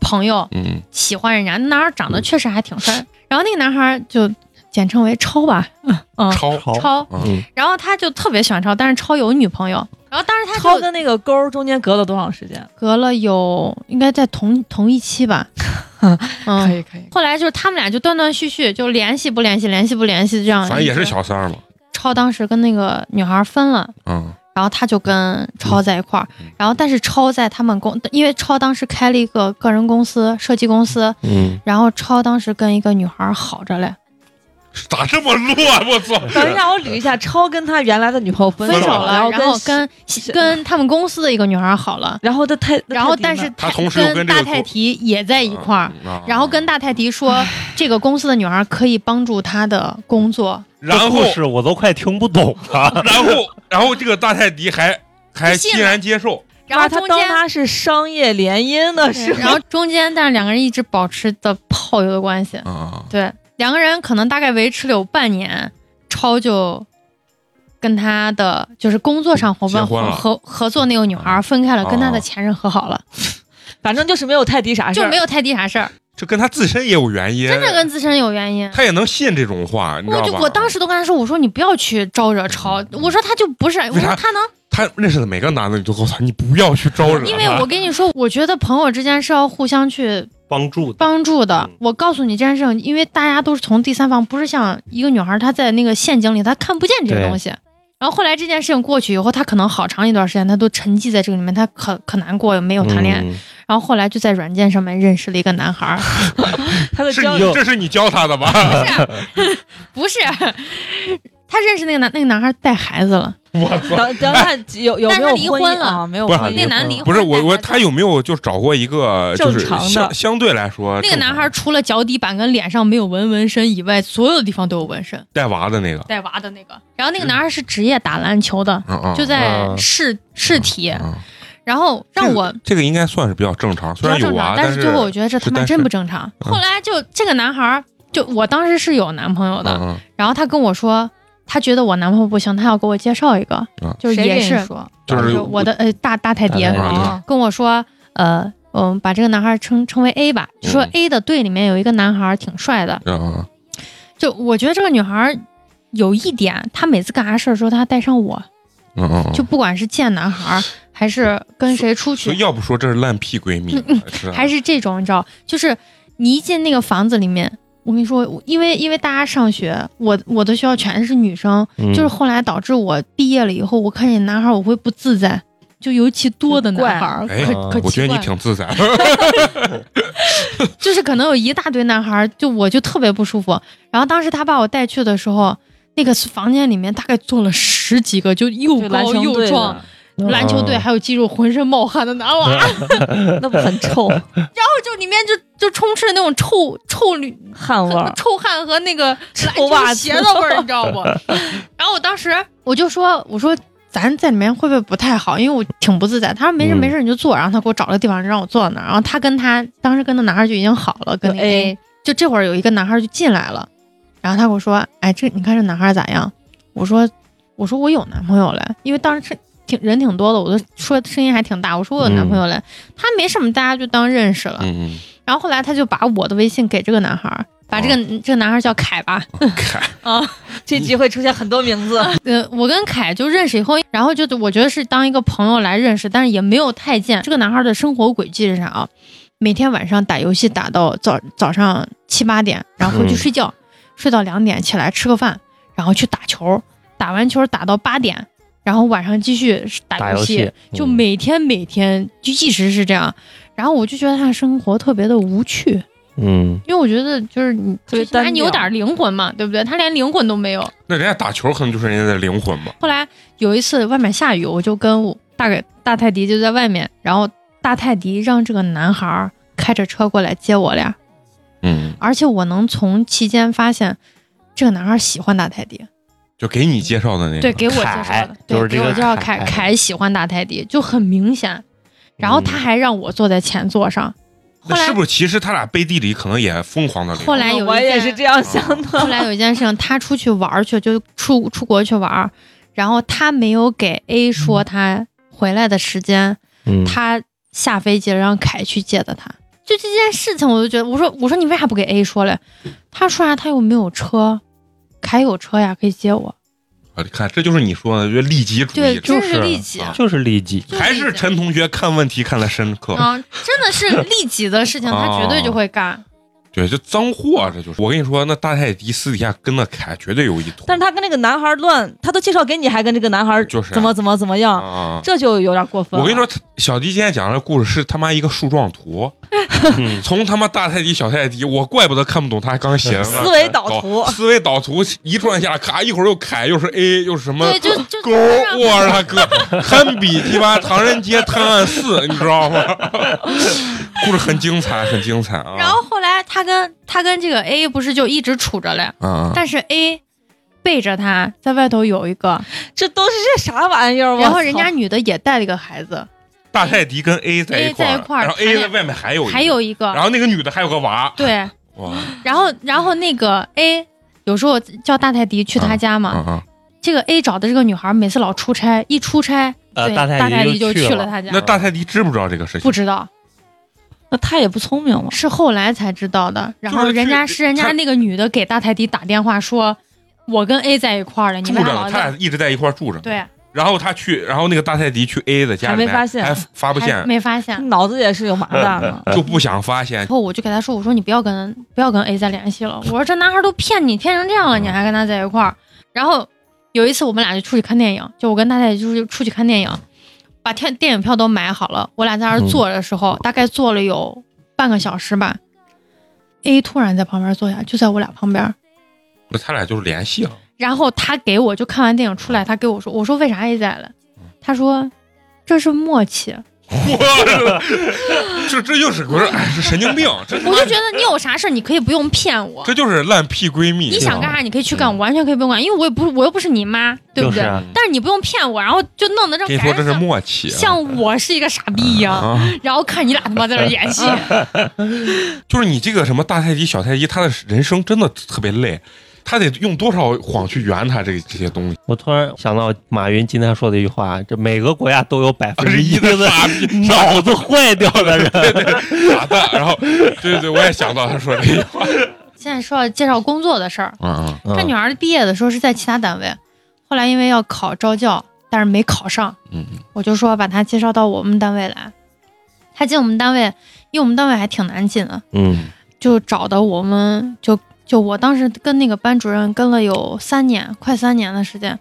朋友，嗯。喜欢人家，那男孩长得确实还挺帅，然后那个男孩就简称为超吧，嗯，超超超，嗯然后他就特别喜欢超，但是超有女朋友，然后当时他超就跟那个勾儿中间隔了多长时间？隔了有应该在同同一 期吧，嗯，以可以，后来就是他们俩就断断续续就联系不联系，联系不联系这样，反正也是。小三儿嘛，超当时跟那个女孩分了，嗯，然后他就跟超在一块儿，然后但是超在他们公，因为超当时开了一个个人公司，设计公司，嗯，然后超当时跟一个女孩好着嘞，咋这么乱？我操！等一下，我捋一下，超跟他原来的女朋友分分手手了，然然后后跟跟他们公司的一个女孩好 了，然后他太，然后但是他同时又跟这大个泰公迪也在一块儿。啊，然后跟大泰迪说，这个公司的女孩可以帮助他的工作，然这后故事我都快听不懂了。然后然后这个大泰迪还还不信了欣然接受， 然后他中当间，他是商业联姻的对时然候，后 中间，但是两个人一直保持的炮友的关系，啊，对，两个人可能大概维持了有半年，超就跟他的就是工作上伙伴结婚合了嗯哦合合作那个女孩分开了，跟他的前任和好了，反正就是没有泰迪啥事就儿，没有泰迪啥事儿，这跟他自身也有原因，真的跟自身有原因。他也能信这种话，你知我道就吧？嗯我当时都跟他说，我说你不要去招惹超，我说他就不是，我为啥说他能，他认识的每个男的，你都告诉他，你不要去招惹他，因为我跟你说，我觉得朋友之间是要互相去帮助的，帮助的嗯。我告诉你这件事情，因为大家都是从第三方，不是像一个女孩她在那个陷阱里，她看不见这个对东西。然后后来这件事情过去以后，她可能好长一段时间，她都沉浸在这个里面，她可可难过，没有谈恋爱。嗯然后后来就在软件上面认识了一个 男孩儿，他的是交你这是你教他的吧？不是， 她认识那个男那个男孩带孩子了，我操！等等看有有但是没他有离姻婚了啊没有不婚是姻，那男离婚不是我带我孩子他有没有就找过一个正就是常的相相对来说那个男孩啊正常除了脚底板跟脸上没有纹纹身以外，所有的地方都有纹身，带娃的那个，带娃的那个。然后那个男孩是职业打篮球的，嗯嗯，就在啊市市体，嗯然后让我这个应该算是比较正常，比虽较然有正娃常，，但是最后我觉得这他妈但是真不正常。嗯后来就这个男孩儿，就我当时是有男朋友的，嗯然后他跟我说。他觉得我男朋友不行，他要给我介绍一个，嗯就是谁也跟你是，说？就就是我的呃大大太大爹太爹啊跟我说，呃，我们把这个男孩称称为 A 吧，就说嗯 A 的队里面有一个男孩挺帅的，嗯嗯就我觉得这个女孩儿有一点，她每次干啥事儿的时候，她带上我，嗯嗯，就不管是见男孩儿，还是跟谁出所以去，要不说这是烂屁闺蜜，是啊还是这种，你知道，就是你一进那个房子里面，我跟你说，我因为因为大家上学，我我的学校全是女生，嗯就是后来导致我毕业了以后，我看见男孩儿我会不自在，就尤其多的男孩儿，哎可可我觉奇得怪你了，挺自在， 就是可能有一大堆男孩儿，就我就特别不舒服。然后当时他把我带去的时候，那个房间里面大概坐了十几个，就又就篮高球又队壮的，篮球队还有肌肉浑身冒汗的男娃，然后那不很 臭，就里面就就充斥着那种臭臭女汗 味儿。臭汗和那个篮臭袜子球鞋的味儿，你知道不？ 然后我当时我就说，我说咱在里面会不会不太好？因为我挺不自在。他说没事嗯没事，你就坐。然后他给我找了个地方让我坐那儿。然后他跟他当时跟那男孩就已经好了，跟那个有 A，就这会儿有一个男孩就进来了，然后他跟我说，哎，这你看这男孩咋样？我说我说我有男朋友了，因为当时挺人挺多的，我都说声音还挺大。我说我有男朋友了，他没什么，大家就当认识了。嗯然后后来他就把我的微信给这个男孩儿，把哦这个、这个男孩儿叫凯吧。 嗯，看这嗯集会出现很多名字，呃，我跟凯就认识以后，然后就我觉得是当一个朋友来认识，但是也没有太见这个男孩儿的生活轨迹是啥啊？每天晚上打游戏打到早早上七八点，然后回去嗯睡觉，睡到两点起来吃个饭，然后去打球，打完球打到八点，然后晚上继续打打游游戏，戏就嗯每天每天就一直是这样。然后我就觉得他的生活特别的无趣，嗯，因为我觉得就是你特别最起码单你调有点灵魂嘛，对不对？他连灵魂都没有。那人家打球可能就是人家的灵魂吧，后来有一次外面下雨，我就跟我大概大泰迪就在外面，然后大泰迪让这个男孩儿开着车过来接我俩，嗯，而且我能从期间发现这个男孩儿喜欢大泰迪，就给你介绍的那个，对，给我介绍嗯凯的，就是这对，给个我介绍凯凯凯喜欢大泰迪，就很明显。然后嗯他还让我坐在前座上，后那来是不是其实他俩背地里可能也疯狂的后来有一我也件是这样想后的。来有一件事情，他出去玩儿去，就出出国去玩儿，然后他没有给 A 嗯说他回来的时间，嗯他下飞机了，让凯去接的他。就这件事情，我就觉得，我说我说你为啥不给 A 说嘞？他说啊啥、他又没有车，凯有车呀，可以接我。啊，你看这就是你说的，就利己主对，义，真就是是利己，啊就是利己，就是还利己是陈同学看问题看得深刻，啊，真的是利己的事情，他绝对啊就会干。对，这脏货，啊这就是我跟你说，那大泰迪私底下跟那凯绝对有一腿，但是他跟那个男孩乱，他都介绍给你，还跟这个男孩就是啊怎么怎么怎么啊样，啊，啊这就有点过分。我跟你说，，他小迪今天讲的故事是他妈一个树状图，嗯 从他妈大泰迪、小泰迪，我怪不得看不懂他刚写的那思维导图搞思维导图一转下，咔，一会儿又凯，又是 A，又是什么啊对，就就勾，我他哥，堪比鸡巴《唐人街探案四》，你知道吗？ 故事很精彩，很精彩啊！然后后来他跟他跟这个 A 不是就一直处着嘞，啊，但是 A 背着他在外头有一个，这都是些啥玩意儿？我然后人操家女的也带了一个孩子，大泰迪跟 A 在 A 一块在一块儿然后他 A 俩在外面还有一个还有一然个，后那个女的还有个娃，对，哇，然后然后那个 A 有时候叫大泰迪去他家嘛，啊，这个 A 找的这个女孩每次老出差，一出差，呃对，大泰迪泰迪就去去了他家，那大泰迪知不知道这个事情？不知道那他也不聪明嘛。是后来才知道的，然后就是人家去是人他家那个女的给大泰迪打电话说，我跟 A 在一块儿了，你住们着俩老呢，他在俩一直在一块儿住着。对，然后他去，然后那个大泰迪去 A 的家里面，还没发现还发不还现，。没发现。脑子也是有麻蛋的 就不想发现然。后我就给他说：“我说你不要跟不要跟 A 再联系了。我说这男孩都骗你，骗成这样了，你还跟他在一块儿。”然后有一次我们俩就出去看电影，就我跟大太就是出去看电影，把天电影票都买好了。我俩在那儿坐着的时候，大概坐了有半个小时吧。A 突然在旁边坐下，就在我俩旁边。 那他俩就是联系了， 然后他给我就看完电影出来，他给我说，我说为啥 A 在了？他说这是默契。我这这又是不是？哎，这神经 病，这我就觉得你有啥事儿，你可以不用骗我这，就是烂屁闺蜜。你想干啥你可以去嗯干，我完全可以不用管，因为我也不是我又不是你妈，对就不是对？啊但是你不用骗我，然后就弄得让嗯跟你说这是默契啊，像我是一个傻逼一样，啊， 然后看你俩他妈在那儿演 戏。就是你这个什么大太极、小太极，他的人生真的特别累，他得用多少谎去圆他这这些东西。我突然想到马云今天说的一句话，这每个国家都有百分之一的傻逼，脑子坏掉的人。傻蛋。然后，对对对，我也想到他说这句话。现在说要介绍工作的事 儿，嗯嗯，这女嗯孩毕业的时候是在其他单位，后来因为要考招教，但是没考上，嗯，我就说把她介绍到我们单位来。她进我们单位，因为我们单位还挺难进的，嗯，就找的我们就就我当时跟那个班主任跟了有三年，快三年的时间，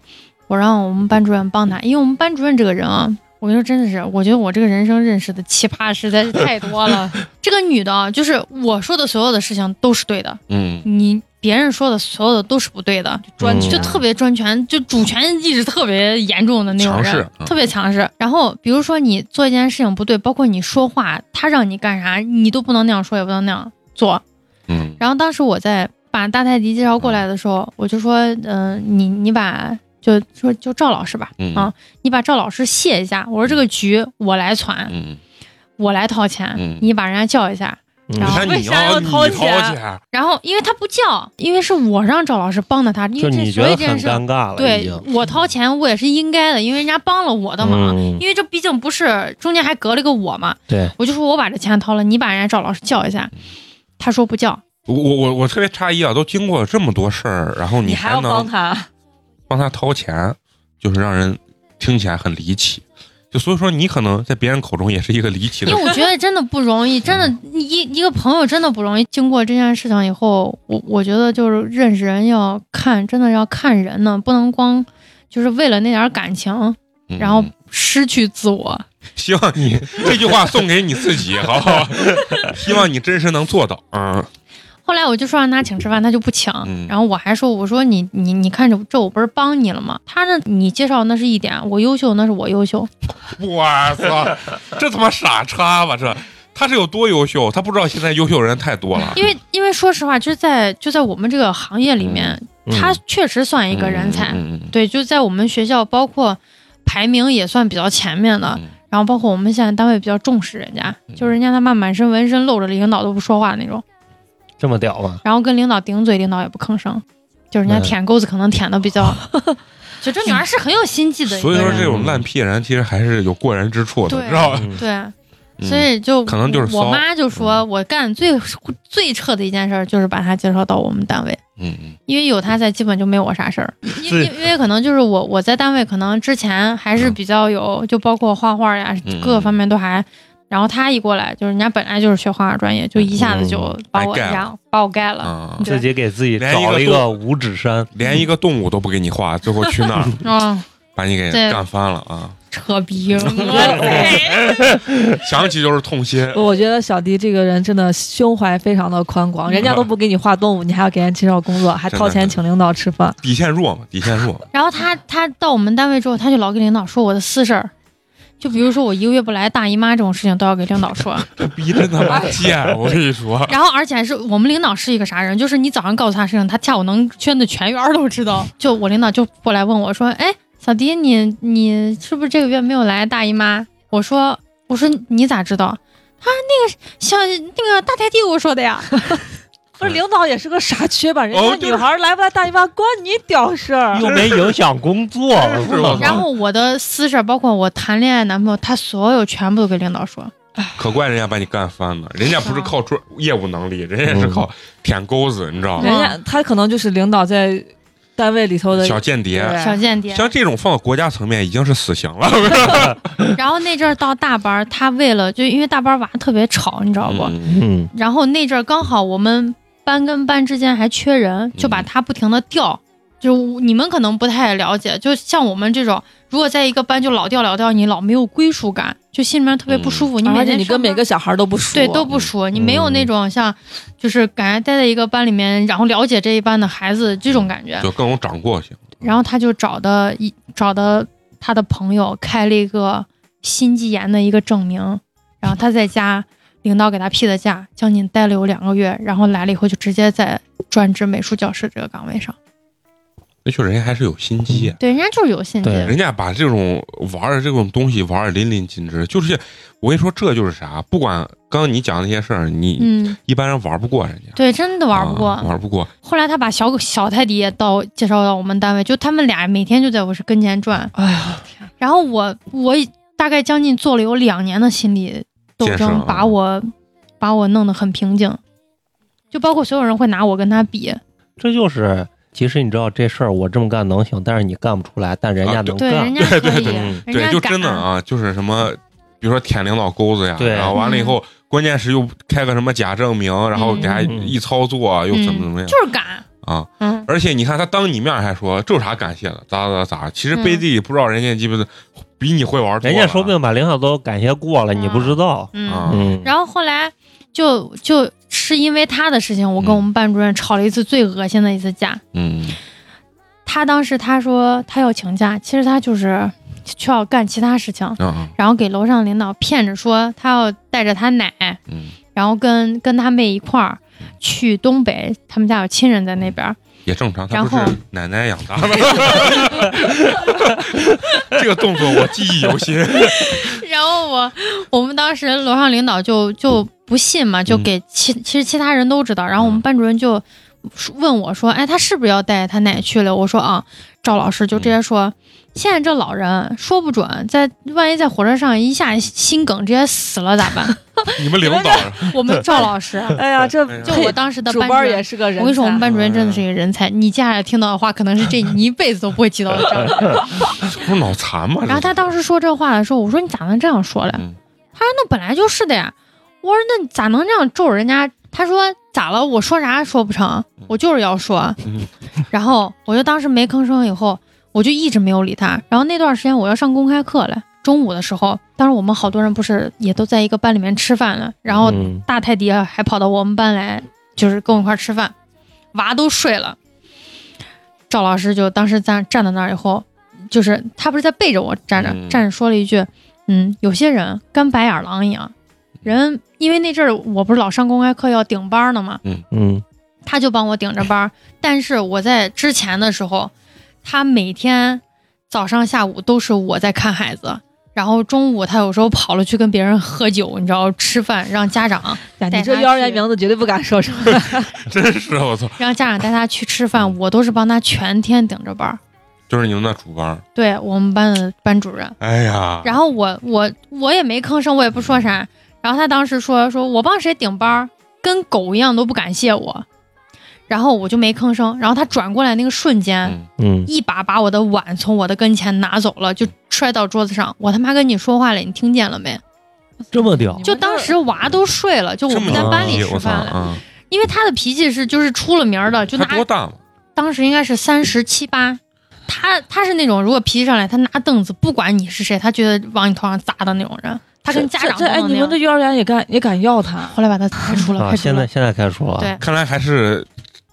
我让我们班主任帮她，因为我们班主任这个人啊。我跟你说，真的是，我觉得我这个人生认识的奇葩实在是太 多了。这个女的啊，就是我说的所有的事情都是对的，嗯，你别人说的所有的都是不对的，专就权特别专权，就主权意识特别严重的那种强人势嗯，特别强势。然后比如说你做一件事情不对，包括你说话，他让你干啥，你都不能那样说，也不能那样做。嗯，然后当时我在把大泰迪介绍过来的时候，我就说，嗯、你你把就说就赵老师吧，嗯啊，你把赵老师卸一下，我说这个局我来攒，嗯，我来掏钱，嗯你把人家叫一下。嗯然你后看为你啥要要你掏掏钱钱，然后因为他不叫，因为是我让赵老师帮的他，因就为你觉这所得以这件很事，尴尬了，已对经我掏钱我也是应该的，因为人家帮了我的忙。嗯，因为这毕竟不是中间还隔了一个我嘛，对，我就说我把这钱掏了，你把人家赵老师叫一下，他说不叫，我我我我特别诧异啊，都经过这么多事儿，然后你还还要能 帮他，帮他掏钱，就是让人听起来很离奇。就所以说，你可能在别人口中也是一个离奇的因为我觉得真的不容易，真嗯的一一个朋友真的不容易。经过这件事情以后，我我觉得就是认识人要看，真的要看人呢，不能光就是为了那点儿感情，人。然后嗯失去自我。希望你这句话送给你自己，好不好？ 希望你真是能做到。嗯后来我就说让他请吃饭，他就不请。嗯然后我还说，我说你你你看着这我不是帮你了吗？他那你介绍那是一点，我优秀那是我优秀。哇塞，这他妈傻叉吧？这他是有多优秀？他不知道现在优秀人太多了。因为因为说实话，就是在就在我们这个行业里面，嗯他确实算一个人才。嗯嗯嗯对，就在我们学校，包括排名也算比较前面的。嗯然后包括我们现在单位比较重视人家，就是人家他妈满身纹身，露着领导都不说话那种，这么屌吗？然后跟领导顶嘴，领导也不吭声，就是人家嗯舔钩子可能舔的比较。就这女孩是很有心计的一个所以人，说，这种烂屁人其实还是有过人之处的，对知道吧？嗯对，嗯所以就可能就是我骚嗯妈就说，我干最最彻的一件事儿就是把她介绍到我们单位，嗯嗯因为有她在，基本就没我啥事儿。因是因因为可能就是我我在单位，可能之前还是比较有，就包括画画呀嗯，各个方面都还。然后她一过来，就是人家本来就是学画画专业，就一下子就把我白干一下把我盖了。啊，对自己给自己连找一个了一都个五 指山，连一个动物都不给你画，最后去那儿嗯，把你给对干翻了啊！扯逼！我想起就是痛心。我觉得小迪这个人真的胸怀非常的宽广，人家都不给你画动物，你还要给人介绍工作，还掏钱请领导吃饭，底线弱嘛，底线弱。然后她她到我们单位之后，她就老跟领导说我的私事儿。就比如说我一个月不来大姨妈这种事情都要给领导说，这逼真他妈贱，我跟你 说，然后而且还是我们领导是一个啥人？就是你早上告诉他事情，他下午能圈的全院儿都知道。就我领导就过来问我说：“哎，小迪，你你是不是这个月没有来大姨妈？”我说：“我说你咋知道？”他那个像那个大泰帝我说的呀。不是领导也是个傻缺吧？人哦家就是女孩来不来大姨妈关你屌事儿。又没影响工作真 是哦我，操然后我的私事儿，包括我谈恋爱男朋友，他所有全部都给领导说。可怪人家把你干翻了。人家不是靠专业务能力，人家是靠舔钩子，你知道吗？人家他可能就是领导在单位里头的小间谍，对小间谍，像这种放到国家层面已经是死刑了。然后那阵儿到大班儿，他为了就因为大班儿娃特别吵，你知道不？嗯嗯，嗯然后那阵儿刚好我们班跟班之间还缺人，就把他不停的调，就你们可能不太了解，就像我们这种，如果在一个班就老掉老掉，你老没有归属感，就心里面特别不舒服。你每嗯而且天你跟上每班个嗯小孩都不熟，对都不熟，你没有那种像就是感觉待在一个班里面，然后了解这一班的孩子这种感觉。就更有掌握性。然后他就找的一找的他的朋友开了一个心肌炎的一个证明，然后他在家领导给他批的假，将近待了有两个月，然后来了以后就直接在转职美术教师这个岗位上。那确实人家还是有心机啊、对，人家就是有心机，对人家把这种玩儿的这种东西玩的淋漓尽致，就是我跟你说，这就是啥？不管刚刚你讲的那些事儿，你嗯，一般人玩不过人家，对，真的玩不过。啊玩不过。后来他把小小泰迪也到介绍到我们单位，就他们俩每天就在我是跟前转。哎呀，然后我我大概将近做了有两年的心理斗建设啊争，把我把我弄得很平静，就包括所有人会拿我跟他比，这就是，其实你知道这事儿我这么干能行，但是你干不出来，但人家啊能对人干。家可以，对对嗯人对，家就真的敢啊，就是什么，比如说舔领导钩子呀，对然后完了以嗯后，关键是又开个什么假证明，然后给他嗯一操作又怎么怎么样嗯就是敢，啊！嗯，而且你看他当你面还说这有啥感谢的，咋咋咋，其实背地里不知道人家鸡巴的比你会玩多人了，家说不定把领导都感谢过了，你不知道。嗯啊嗯，然后后来就就是因为他的事情，我跟嗯我们班主任吵了一次最恶心的一次架。嗯，他当时他说他要请假，其实他就是需要干其他事情，嗯啊然后给楼上领导骗着说他要带着他奶，嗯，然后跟跟他妹一块儿去东北，他们家有亲人在那边儿。也正常，他不然后是奶奶养大的。 这个动作我记忆犹 新， 然后我我们当时楼上领导就就不信嘛，就给其、其实其他人都知道。然后我们班主任就说问我说：“哎，他是不是要带他奶去了？”我说：“啊。”赵老师就直接说：“现在这老人说不准，在万一在火车上一下心梗直接死了咋 办？”你们领导我们赵老师，啊哎呀，这哎呀就我当时的主班班主儿任也。是个人才。我跟你说，我们班主任真的是一个人才。你接下来听到的话，可能 是这你一辈子都不会记到的账。这不是脑残 吗？然后他当时说这话的时候，我说你咋能这样说嘞？嗯他说那本来就是的呀。我说那你咋能这样咒人家？他说咋了？我说啥说不成？我就是要说。嗯然后我就当时没吭声，以后我就一直没有理他。然后那段时间我要上公开课了，中午的时候，当时我们好多人不是也都在一个班里面吃饭了，然后嗯大泰迪还跑到我们班来，就是跟我一块儿吃饭，娃都睡了。赵老师就当时站站在那儿以后，就是他不是在背着我站着、嗯站着说了一句：“嗯，有些人跟白眼狼一样，人因为那阵儿我不是老上公开课要顶班儿呢嘛，嗯，他就帮我顶着班儿。但是我在之前的时候，他每天早上、下午都是我在看孩子，然后中午他有时候跑了去跟别人喝酒，你知道吃饭让家长呀，带哎你这他幼儿园去名字绝对不敢说出 来。真是我操！让家长带他去吃嗯饭，我都是帮他全天顶着班儿。就是你们那主班儿，对我们班的班主任，哎呀，然后我我我也没吭声，我也不说嗯啥。然后他当时说说我帮谁顶班儿，跟狗一样都不感谢我。然后我就没吭声。然后他转过来那个瞬间，嗯嗯，一把把我的碗从我的跟前拿走了，就摔到桌子上。我他妈跟你说话了，你听见了没？这么屌你们就当时娃都睡了，就我嗯这么们在牛班里牛逼吃我操饭了，啊！因为他的脾气是就是出了名儿的，就拿他多大嘛？当时应该是三十七八。他他是那种如果脾气上来，他拿凳子不管你是谁，他觉得往你头上砸的那种人。他跟这家这长这都哎，你能那们样这幼儿园也敢也敢要他？后来把他开除了，啊！开除现在了。现在开除了，对看来还是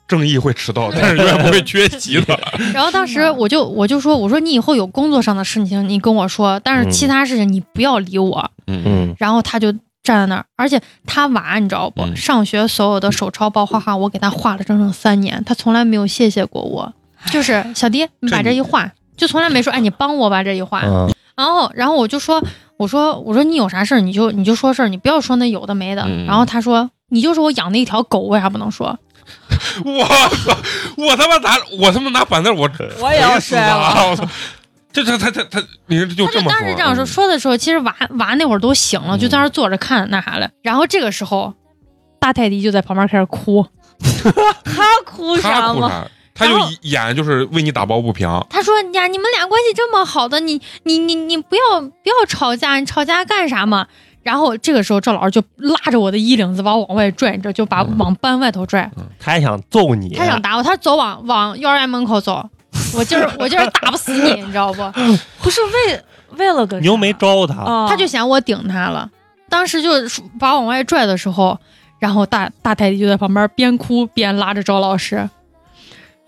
正义会迟到，但是永远不会缺 席的。然后当时我就我就说，我说你以后有工作上的事情你跟我说，但是嗯其他事情你不要理我。嗯嗯，然后他就站在那儿，而且他娃你知道不？嗯上学所有的手抄包画画，我给他画了整整三年，他从来没有谢谢过我。就是小迪，你把这一画，就从来没说哎，你帮我吧这一画。嗯然后，然后我就说，我说，我说你有啥事儿你就你就说事儿，你不要说那有的没的。嗯然后他说，你就说我养的一条狗，为啥不能说？我操！我他妈拿我他妈拿板凳我我也要锤死摔了。他！我操！这这他他他，你就他这就么啊嗯当时这样说，说的时候，其实娃娃那会儿都醒了，就在那儿坐着看那啥了。然后这个时候，大泰迪就在旁边开始哭，他哭他啥哭吗？啥？他就然后演就是为你打抱不平，他说呀，你们俩关系这么好的，你你你你不要不要吵架，你吵架干啥嘛？然后这个时候，赵老师就拉着我的衣领子把我往外拽，你嗯知道，就把我往班外头拽。他还想揍你，他想打我，他走往往幼儿园门口走，我就是我就是打不死你，你知道不？不是为为了个你又没啥招他，啊，他就想我顶他了。当时就是把我往外拽的时候，然后大大泰迪就在旁边边哭边拉着周老师。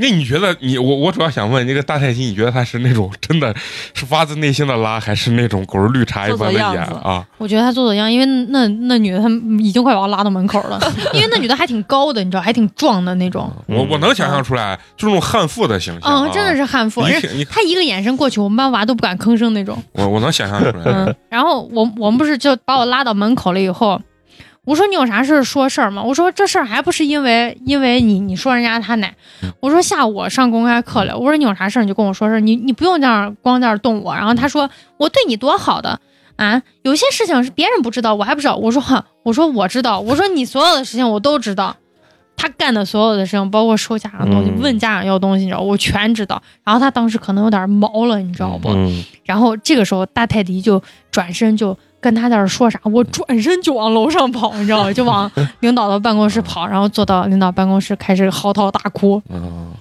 那你觉得你我我主要想问，这个大太极，你觉得他是那种真的是发自内心的拉，还是那种狗日绿茶一般的做做演样子啊？我觉得他做做样，因为那那女的她已经快把我拉到门口了， 因为那女的还挺高的，你知道，还挺壮的那种，我我能想象出来，就那种悍妇的形象，哦嗯，真的是。是悍妇。你人挺你她一个眼神过去，我们班娃都不敢吭声那种。我我能想象出 来，嗯，然后我我们不是就把我拉到门口了以后，我说你有啥事儿说事儿嘛，我说这事儿还不是因为因为你你说人家他奶，我说下午我上公开课了，我说你有啥事儿你就跟我说事儿，你你不用这样光在那儿动我。然后他说我对你多好的啊，有些事情是别人不知道，我还不知道。我说哼，我说我知道，我说你所有的事情我都知道。他干的所有的事情，包括收家长的东西、嗯问家长要东西，你知道，我全知道。然后他当时可能有点毛了，你知道不？嗯，然后这个时候，大泰迪就转身就跟他在那儿说啥，我转身就往楼上跑，你知道吗？就往领导的办公室跑，然后坐到领导办公室开始嚎啕大哭。嗯，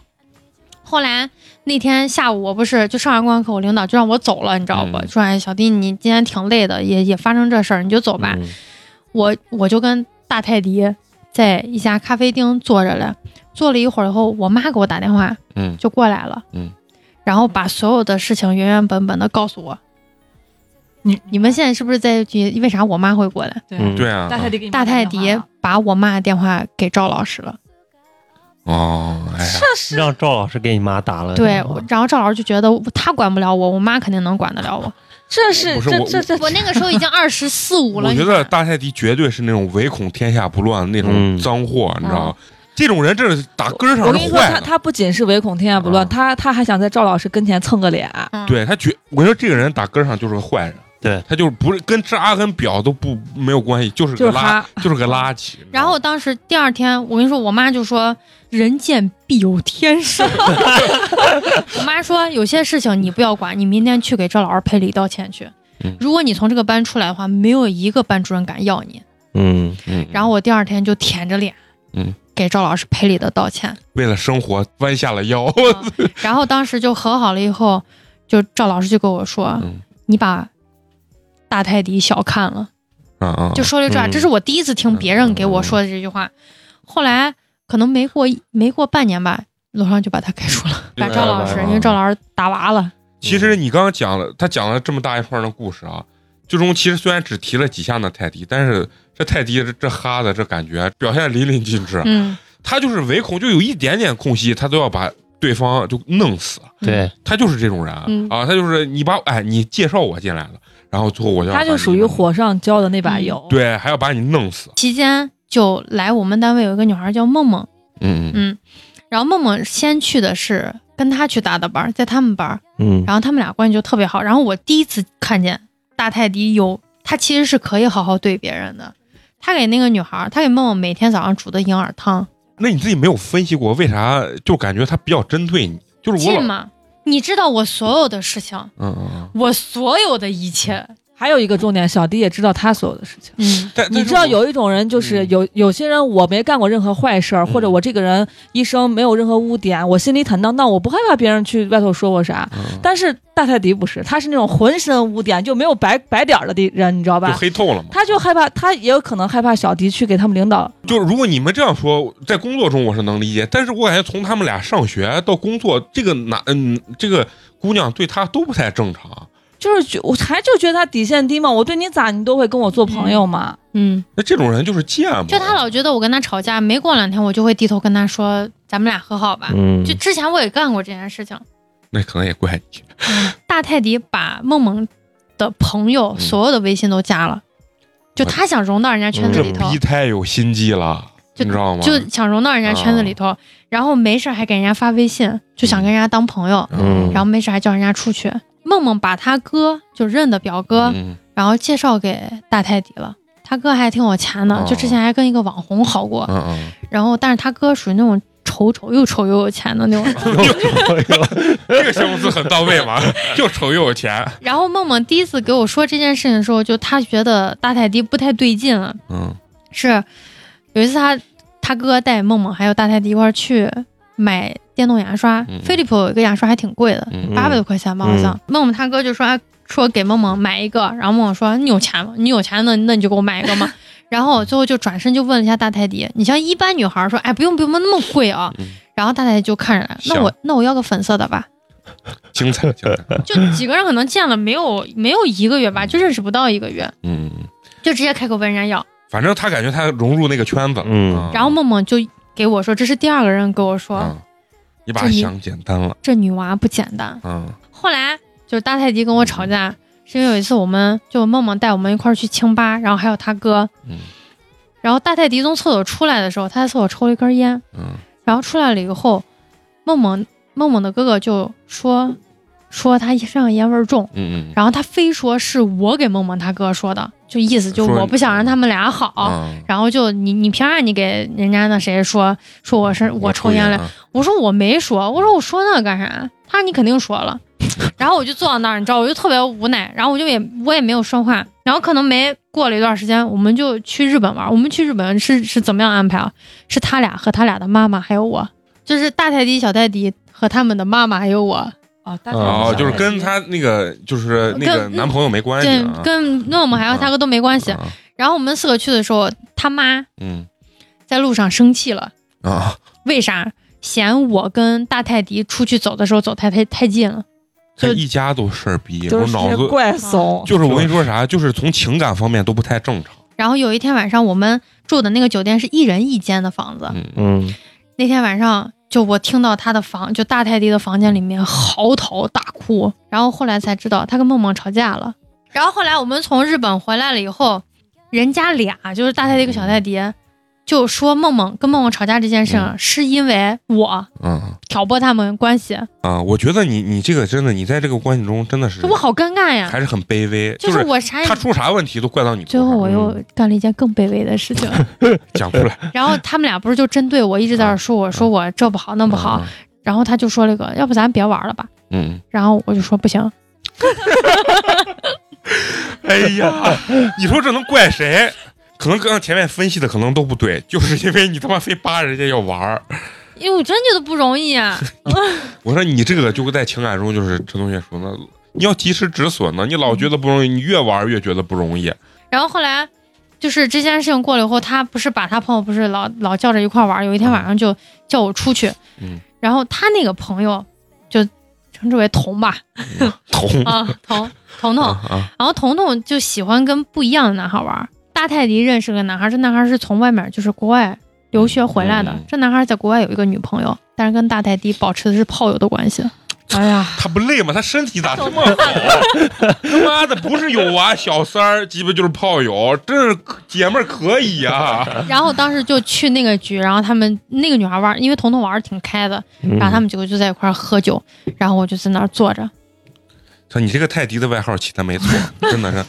后来那天下午，我不是就上完公安课，我领导就让我走了，你知道不？嗯说哎，小弟你今天挺累的，也也发生这事儿，你就走吧。嗯我我就跟大泰迪在一家咖啡厅坐着了，坐了一会儿以后，我妈给我打电话，嗯就过来了，嗯，然后把所有的事情原原本本的告诉我。你你们现在是不是在去？为啥我妈会过来？对嗯对啊大，泰迪给你大打泰电话迪了把我妈的电话给赵老师了，哦，哎呀，这是让赵老师给你妈打了，对，我然后赵老师就觉得他管不了我，我妈肯定能管得了我。这是不是这我这这我那个时候已经二十四五了，我觉你知道得吗大泰迪绝对是那种唯恐天下不乱的那种嗯脏货，你知道吗？嗯这种人真是打根儿上我跟你是说，坏他的。他不仅是唯恐天下不啊乱，他他还想在赵老师跟前蹭个脸。嗯对他绝，我跟你说，这个人打根儿上就是个坏人。对他就是不是跟渣跟婊都不没有关系，就是就个是垃他，就是个垃圾。你知道然吗后当时第二天，我跟你说，我妈就说“人见必有天相”。 我妈说有些事情你不要管，你明天去给赵老师赔礼道歉去嗯。如果你从这个班出来的话，没有一个班主任敢要你。嗯，嗯，然后我第二天就舔着脸，嗯，给赵老师赔礼的道歉。啊为了生活弯下了腰，然后当时就和好了以后，就赵老师就跟我说 嗯：“你把大泰迪小看了。”啊啊，就说了一句话，嗯这是我第一次听别人给我说的这句话。后来可能没过一没过半年吧，楼上就把他开除了，对把赵老对师，对因为赵老师打娃了，其实你刚刚讲了，他讲了这么大一串的故事啊，最终其实虽然只提了几下那泰迪，但是这泰迪这这哈的这感觉啊表现得淋漓尽致。啊嗯，他就是唯恐就有一点点空隙，他都要把对方就弄死。对，他就是这种人、嗯啊，他就是你把哎你介绍我进来了，然后最后我就要他把就你属于弄死火上浇的那把嗯油。，对，还要把你弄死。期间就来我们单位有一个女孩叫梦梦，嗯嗯，然后梦梦先去的是跟她去搭的班儿，在他们班儿，嗯，然后他们俩关系就特别好。然后我第一次看见大泰迪有，他其实是可以好好对别人的。他给那个女孩儿，他给梦梦每天早上煮的银耳汤，那你自己没有分析过为啥？就感觉他比较针对你，就是我近老吗？你知道我所有的事情，嗯嗯嗯，我所有的一切，还有一个重点，小迪也知道他所有的事情。嗯，但你知道有一种人，就是嗯有有些人，我没干过任何坏事儿，或者我这个人一生没有任何污点，我心里坦荡荡，我不害怕别人去外头说我啥。但但是大泰迪不是，他是那种浑身污点就没有白白点儿的地人，你知道就吧？黑透了嘛。他就害怕，他也有可能害怕小迪去给他们领导。就是如果你们这样说，在工作中我是能理解，但是我感觉从他们俩上学到工作，这个男嗯这个姑娘对他都不太正常。就是觉，我还就觉得他底线低嘛，我对你咋你都会跟我做朋友嘛。嗯，那这种人就是贱嘛。就他老觉得我跟他吵架，没过两天我就会低头跟他说，咱们俩和好吧。嗯，就之前我也干过这件事情，那可能也怪你。大泰迪把梦梦的朋友嗯所有的微信都加了，就他想融到人家圈子这里头逼，太有心机了，就你知道吗？啊就想融到人家圈子里头，然后没事还给人家发微信，就想跟人家当朋友，嗯然后没事还叫人家出去。梦梦把他哥就认的表哥，嗯然后介绍给大泰迪了。他哥还挺有钱的，哦就之前还跟一个网红好过。嗯然后，但是他哥属于那种丑丑又丑又有钱的那 种。嗯，这个形容词很到位嘛，又丑又有钱。然后梦梦第一次给我说这件事情的时候，就他觉得大泰迪不太对劲了。嗯是有一次他他哥带梦梦还有大泰迪一块儿去买电动牙刷嗯嗯，飞利浦有一个牙刷还挺贵的嗯，八百多块钱吧，好像。问我们他哥就说，哎说给梦梦买一个，然后梦梦说你有钱吗？你有钱那那你就给我买一个 嘛。然后我最后就转身就问了一下大泰迪，你像一般女孩说，哎不用不用那么贵啊嗯。然后大泰迪就看着来，那我那我要个粉色的吧。精彩精 彩，就几个人可能见了没有没有一个月吧，就认识不到一个月，嗯，嗯就直接开口问人家要。反正他感觉他融入那个圈子了，嗯啊然后梦梦就给我说，这是第二个人跟我说、啊，你把这一想简单了，这女娃不简单。嗯后来就是大泰迪跟我吵架，是因为有一次我们就梦梦带我们一块儿去清吧，然后还有他哥，嗯然后大泰迪从厕所出来的时候，他在厕所抽了一根烟，嗯然后出来了以后，梦梦梦梦的哥哥就说说他身上烟味儿重。嗯嗯，然后他非说是我给梦梦他哥说嗯的，就意思就说你我不想让他们俩好，啊，然后就你你凭啥你给人家那谁说说我是我抽烟了？了，我说我没说，我说我说那干啥？他说你肯定说了。 然后我就坐到那儿，你知道，我就特别无奈，然后我就也我也没有说话。然后可能没过了一段时间，我们就去日本玩。我们去日本是是怎么样安排啊？是他俩和他俩的妈妈还有我，就是大泰迪、小泰迪和他们的妈妈还有我。啊，大嗯哦，嗯就是跟他那个就是那个跟男朋友没关系对啊，，跟诺姆还有他哥都没关系。啊然后我们四个去的时候，他妈嗯在路上生气了，啊，为啥？嫌我跟大泰迪出去走的时候走太太太近了。这就一家都事儿逼，就我是脑子嗯怪怂，就是我跟你说啥，就是从情感方面都不太正常，然后有一天晚上，我们住的那个酒店是一人一间的房子。嗯嗯，那天晚上，就我听到他的房，就大泰迪的房间里面嚎啕大哭。然后后来才知道，他跟梦梦吵架了。然后后来我们从日本回来了以后，人家俩就是大泰迪跟小泰迪，就说梦梦跟梦梦吵架这件事情，是因为我嗯挑拨他们关系，啊，我觉得你你这个真的，你在这个关系中真的是这我好尴尬呀。还是很卑微，就是我啥也他出嗯啥问题都怪到你头最上。后我又干了一件更卑微的 事情，讲出来，然后他们俩不是就针对我，一直嗯在那儿说我说我这不好那不好，然后他就说了一个，要不咱别玩了吧？嗯，然后我就说不行，哎呀， 你说这能怪谁？可能刚刚前面分析的可能都不对，就是因为你他妈非扒人家要玩儿。因为我真觉得不容易啊。 我说你这个就在情感中就是陈同学说的，你要及时止损呢。你老觉得不容易，你越玩越觉得不容易。然后后来就是这件事情过了以后，他不是把他朋友不是老老叫着一块儿玩儿，有一天晚上就叫我出去，嗯然后他那个朋友就称之为 彤吧，痛啊，彤彤彤，啊然后彤彤就喜欢跟不一样的男孩玩儿。大泰迪认识个男孩，这男孩是从外面就是国外留学回来的。嗯这男孩在国外有一个女朋友，但是跟大泰迪保持的是炮友的关系。哎呀，他不累吗？他身体咋这么好？他妈的，不是有娃、小三儿，鸡巴就是炮友，这姐们儿可以啊！然后当时就去那个局，然后他们那个女孩玩儿，因为彤彤玩的挺开的，嗯嗯然后他们几个就在一块儿喝酒，然后我就在那儿坐着。操，你这个泰迪的外号起的 没错，真的是。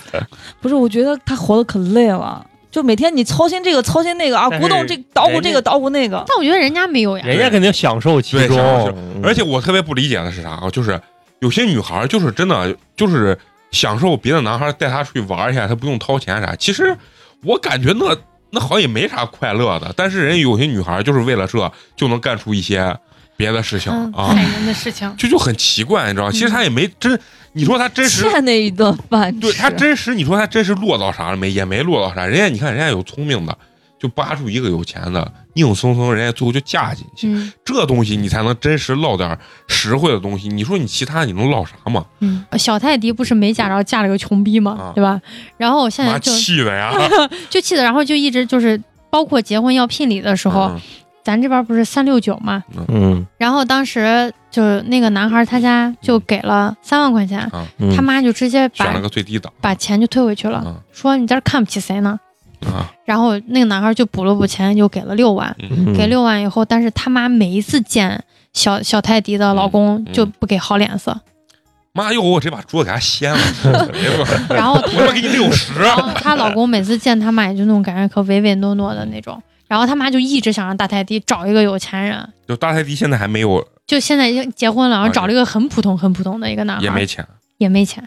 不是，我觉得他活得可累了。就每天你操心这个，操心那个啊，但是鼓动这捣鼓这个，人捣鼓那个，但我觉得人家没有呀，人家肯定享受其对中享受，嗯而且我特别不理解的是啥啊？就是有些女孩儿就是真的就是享受别的男孩儿带她出去玩一下，她不用掏钱啥。其实我感觉那那好像也没啥快乐的，但是人有些女孩儿就是为了这就能干出一些别的事情嗯，啊害，人的事 情。就就很奇怪，你知道吗？其实她也没真，你说她真实。欠那一顿饭吃。对她真实，你说她真实落到啥了没？也没落到啥。人家你看，人家有聪明的，就扒出一个有钱的，硬生生人家最后就嫁进去。嗯这东西你才能真实唠点儿实惠的东西。你说你其他你能唠啥嘛？嗯，小泰迪不是没嫁着嫁了个穷逼嘛，啊对吧？然后我现在妈就气的 呀！就气的，然后就一直就是包括结婚要聘礼的时候，嗯咱这边不是三六九嘛，嗯然后当时就是那个男孩他家就给了三万块钱，嗯他妈就直接选了把个最低档把钱就退回去了，啊说你这儿看不起谁呢？啊！然后那个男孩就补了补钱，又给了六万，嗯给六万以后，但是他妈每一次见小小泰迪的老公嗯嗯就不给好 脸色，妈哟，我直接把桌子给他 掀了！哎呦然后我他妈给他你六十！然后她老公每次见他妈也就那种感觉可唯唯诺诺的那种，然后他妈就一直想让大泰迪找一个有钱人。就大泰迪现在还没有，啊就现在已经结婚了，然后找了一个很普通、很普通的一个男孩，也没钱。也没钱。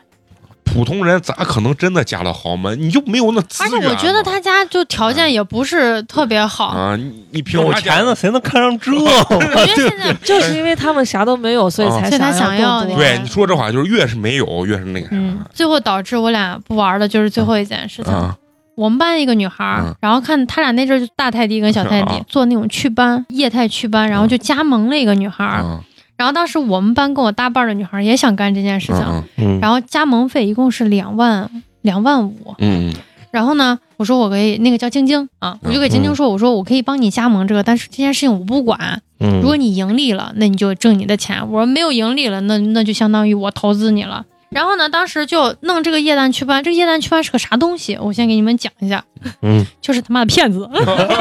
普通人咋可能真的嫁到豪门？你就没有那资而且源嘛？我觉得他家就条件也不是特别好，嗯啊，你你凭有啥嫁钱的谁能看上这？我觉得现 在就是因为他们啥都没有，所以啊才所以他想想要更多那个对，你说这话就是越是没有，越是那个啥嗯，最后导致我俩不玩的就是最后一件事情。啊我们班一个女孩儿，嗯然后看她俩那阵儿就大泰迪跟小泰迪、啊嗯做那种祛斑、液态祛斑，然后就加盟了一个女孩儿。啊然后当时我们班跟我搭伴儿的女孩儿也想干这件事情，嗯嗯，然后加盟费一共是两万两万五。嗯嗯然后呢，我说我给那个叫晶晶啊，我就给晶嗯晶说，我说我可以帮你加盟这个，但是这件事情我不管。嗯如果你盈利了，那你就挣你的钱；我说没有盈利了，那那就相当于我投资你了。然后呢，当时就弄这个液氮祛斑，这个液氮祛斑是个啥东西？我先给你们讲一下，嗯就是他妈的骗子。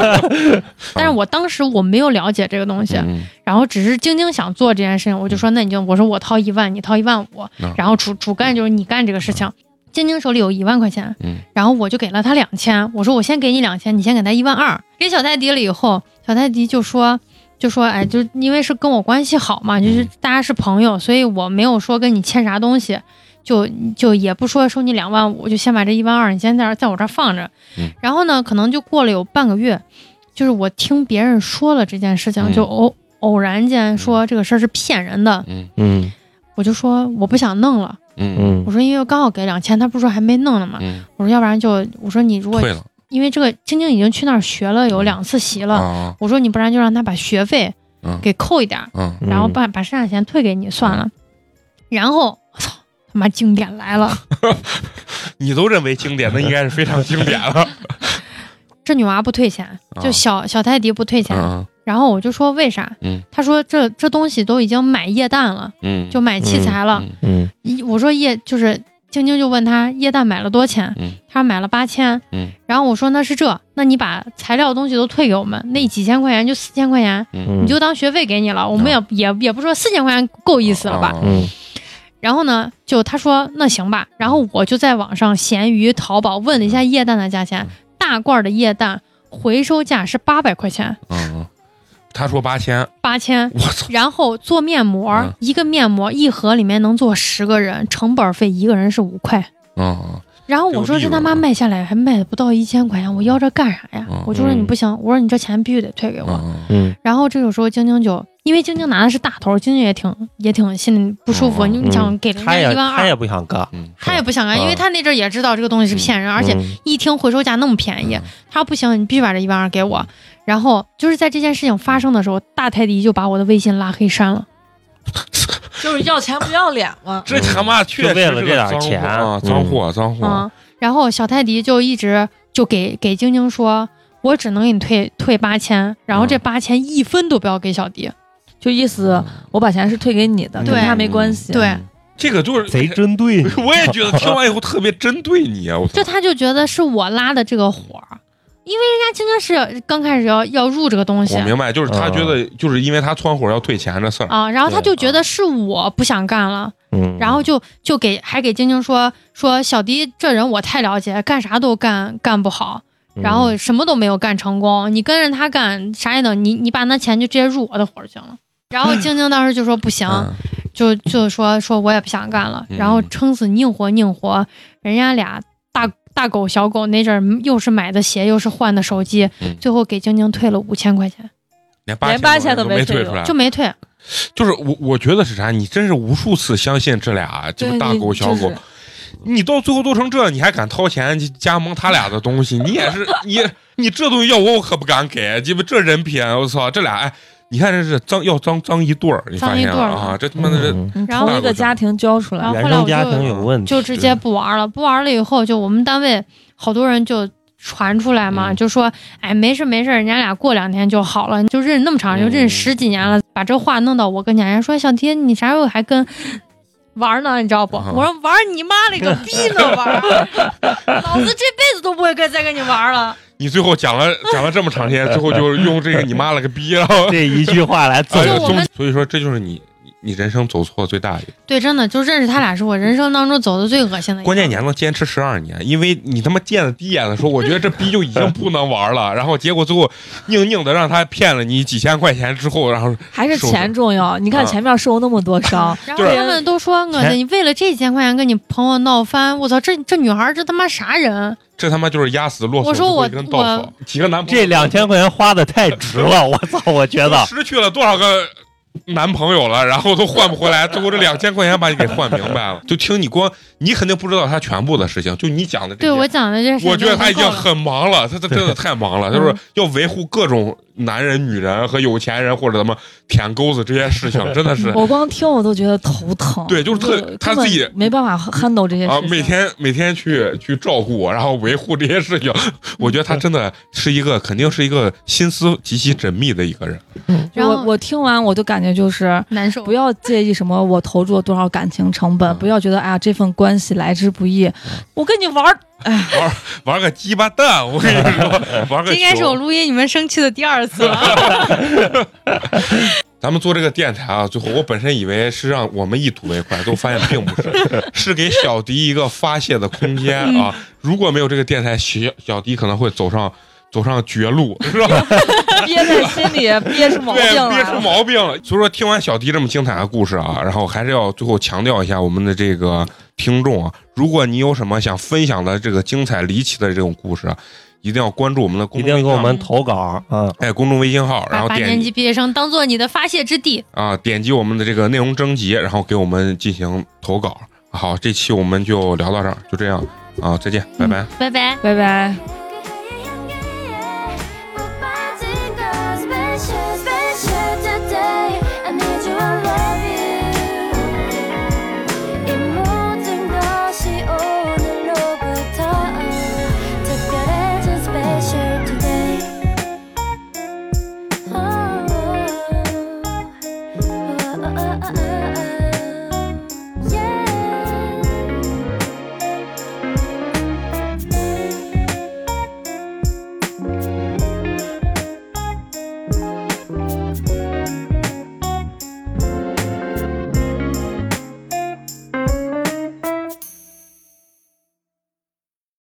但是我当时我没有了解这个东西，嗯然后只是晶晶想做这件事情，我就说那你就我说我掏一万，你掏一万五嗯，然后主主干就是你干这个事情。晶晶手里有一万块钱，嗯然后我就给了他两千，我说我先给你两千，你先给他一万二。给小泰迪了以后，小泰迪就说就说哎，就因为是跟我关系好嘛，嗯就是大家是朋友，所以我没有说跟你欠啥东西，就就也不说收你两万五，就先把这一万二你先在在我这儿放着。嗯然后呢，可能就过了有半个月，就是我听别人说了这件事情，嗯就哦偶偶然间说这个事儿是骗人的，嗯嗯我就说我不想弄了。嗯嗯我说因为刚好给两千，他不是说还没弄呢嘛。嗯，我说要不然就我说你如果退了嗯因为这个晶晶已经去那儿学了有两次习了，啊我说你不然就让他把学费嗯给扣一点儿，嗯嗯然 后把把剩下钱退给你算了。然后我操，他妈经典来了， 你都认为经典，那应该是非常经典了。这女娃不退钱，就啊小小泰迪不退钱。 嗯然后我就说为啥？嗯他说这这东西都已经买液氮了，嗯，就买器材了。嗯嗯一我说液就是晶晶就问他液氮买了多少钱，嗯他说买了八千，嗯然后我说那是这，那你把材料东西都退给我们，嗯那几千块钱就四千块钱，嗯，你就当学费给你了，我们啊也、也也不说四千块钱够意思了吧。嗯然后呢，就他说那行吧，然后我就在网上闲鱼、淘宝问了一下嗯液氮的价钱，大罐的液氮回收价是八百块钱，嗯，嗯他说八千，八千。我操，然后做面膜，嗯一个面膜一盒里面能做十个人，成本费一个人是五块。嗯然后我说有利这润他妈了卖下来还卖不到一千块钱，我要这干啥呀？嗯我就说你嗯不行，我说你这钱必须得退给我。嗯嗯然后这个时候晶晶就，因为晶晶拿的是大头，晶晶也挺也挺心里不舒服。嗯你你想嗯给人他家也一万他二，也不想干，嗯，他也不想干，嗯因为他那阵儿也知道这个东西是骗人，而且嗯一听回收价那么便宜，他说不行，你必须把这一万二给我。然后就是在这件事情发生的时候，大泰迪就把我的微信拉黑删了。就是要钱不要脸嘛。这他妈确实就为了是这点脏货钱啊，嗯脏货脏货，嗯，然后小泰迪就一直就给给晶晶说，我只能给你退退八千，然后这嗯八千一分都不要给小迪。就意思我把钱是退给你的，嗯跟他没关系。对，这个就是哎贼针对你， 我也觉得听完以后特别针对你啊！我操就，他就觉得是我拉的这个火儿，因为人家晶晶是刚开始要要入这个东西我明白，就是他觉得就是因为他窜火要退钱这事儿，啊，然后他对就觉得是我不想干了，嗯，然后就就给还给晶晶说说小迪这人我太了解，干啥都干干不好，嗯然后什么都没有干成功，你跟着他干啥也能，你你把那钱就直接入我的火就行了。然后晶晶当时就说不行，嗯就就说说我也不想干了，嗯然后撑死宁活宁活，人家俩大大狗小狗那阵儿又是买的鞋又是换的手机，嗯最后给晶晶退了五千块钱，连连八8000都都没没退退出来就。没退。就是我，我觉得是啥？你真是无数次相信这俩这对，么大你狗小就狗是，你到最后都成这，你还敢掏钱去加盟他俩的东西？你也是你你这东西要我，我可不敢给。鸡巴这人品，我操！这俩哎，你看这是脏要脏脏一对儿，你发现脏一对了儿啊？了这他妈的这嗯你然后从一个家庭教出然来原后，后来我生就家庭有嗯问题，就直接不玩了。不玩了以后，就我们单位好多人就传出来嘛，嗯就说哎没事没事，人家俩过两天就好了，就认那么嗯长，就认十几年了，把这话弄到我跟前，人家说小爹你啥时候还跟。玩呢，你知道不？啊我说玩你妈了个逼呢玩儿，啊 老子这辈子都不会跟再跟你玩了。你最后讲了讲了这么长 时间，最后就是用这个你妈了个逼，然后这一句话来总哎就呀我总们所以说这就是你你人生走错最大一步。 对，真的就认识他俩是我人生当中走的最恶心的一趟。关键你还能坚持十二年，因为你他妈见了第一眼的时候，我觉得这逼就已经不能玩了， 然后结果最后硬硬的让他骗了你几千块钱之后，然后还是受钱重要。你看啊前面受那么多伤，然后对他们都说恶前心，你为了这几千块钱跟你朋友闹翻，我操，这这女孩儿这他妈啥人？这他妈就是压死骆我驼最说后我一根稻草，几个男朋友这两千块钱花的太值了，我操！我觉得失去了多少个男朋友了，然后都换不回来，最后这两千块钱把你给换明白了。就听你光，你肯定不知道他全部的事情，就你讲的这对些。我讲的这事，我觉得他已够经了很忙了，他他真的太忙了，他说要维护各种男人、女人和有钱人或者什么舔钩子这些事情，真的 是我光听我都觉得头疼。对就是特我他根本自己没办法 handle 这些啊事，情。每天每天去去照顾我，然后维护这些事情，我觉得嗯他真的是一个肯定是一个心思极其缜密的一个人。然后我我听完我就感觉就是。难受。 不要介意什么我投入了多少感情成嗯本，不要觉得哎呀这份关系来之不易。我跟你玩儿，玩个鸡巴蛋，我跟你说，玩个这应该是球我录音你们生气的第二次了。咱们做这个电台啊，最后我本身以为是让我们一吐为快，最后发现并不是，是给小迪一个发泄的空间啊。嗯如果没有这个电台，小小迪可能会走上走上绝路，是吧？憋在心里，憋出毛 病啊对，憋出来。毛病了。所以说，听完小迪这么精彩的故事啊，然后还是要最后强调一下我们的这个听众啊，如果你有什么想分享的这个精彩离奇的这种故事啊，一定要关注我们的公 一众微定给信号，我们投稿啊！嗯哎公众微信 号，然把后八点年级毕业生当做你的发泄之地，啊，点击我们的这个内容征集，然后给我们进行投稿。好，这期我们就聊到这儿，就这样啊，再见，拜拜。拜拜拜。拜。拜拜。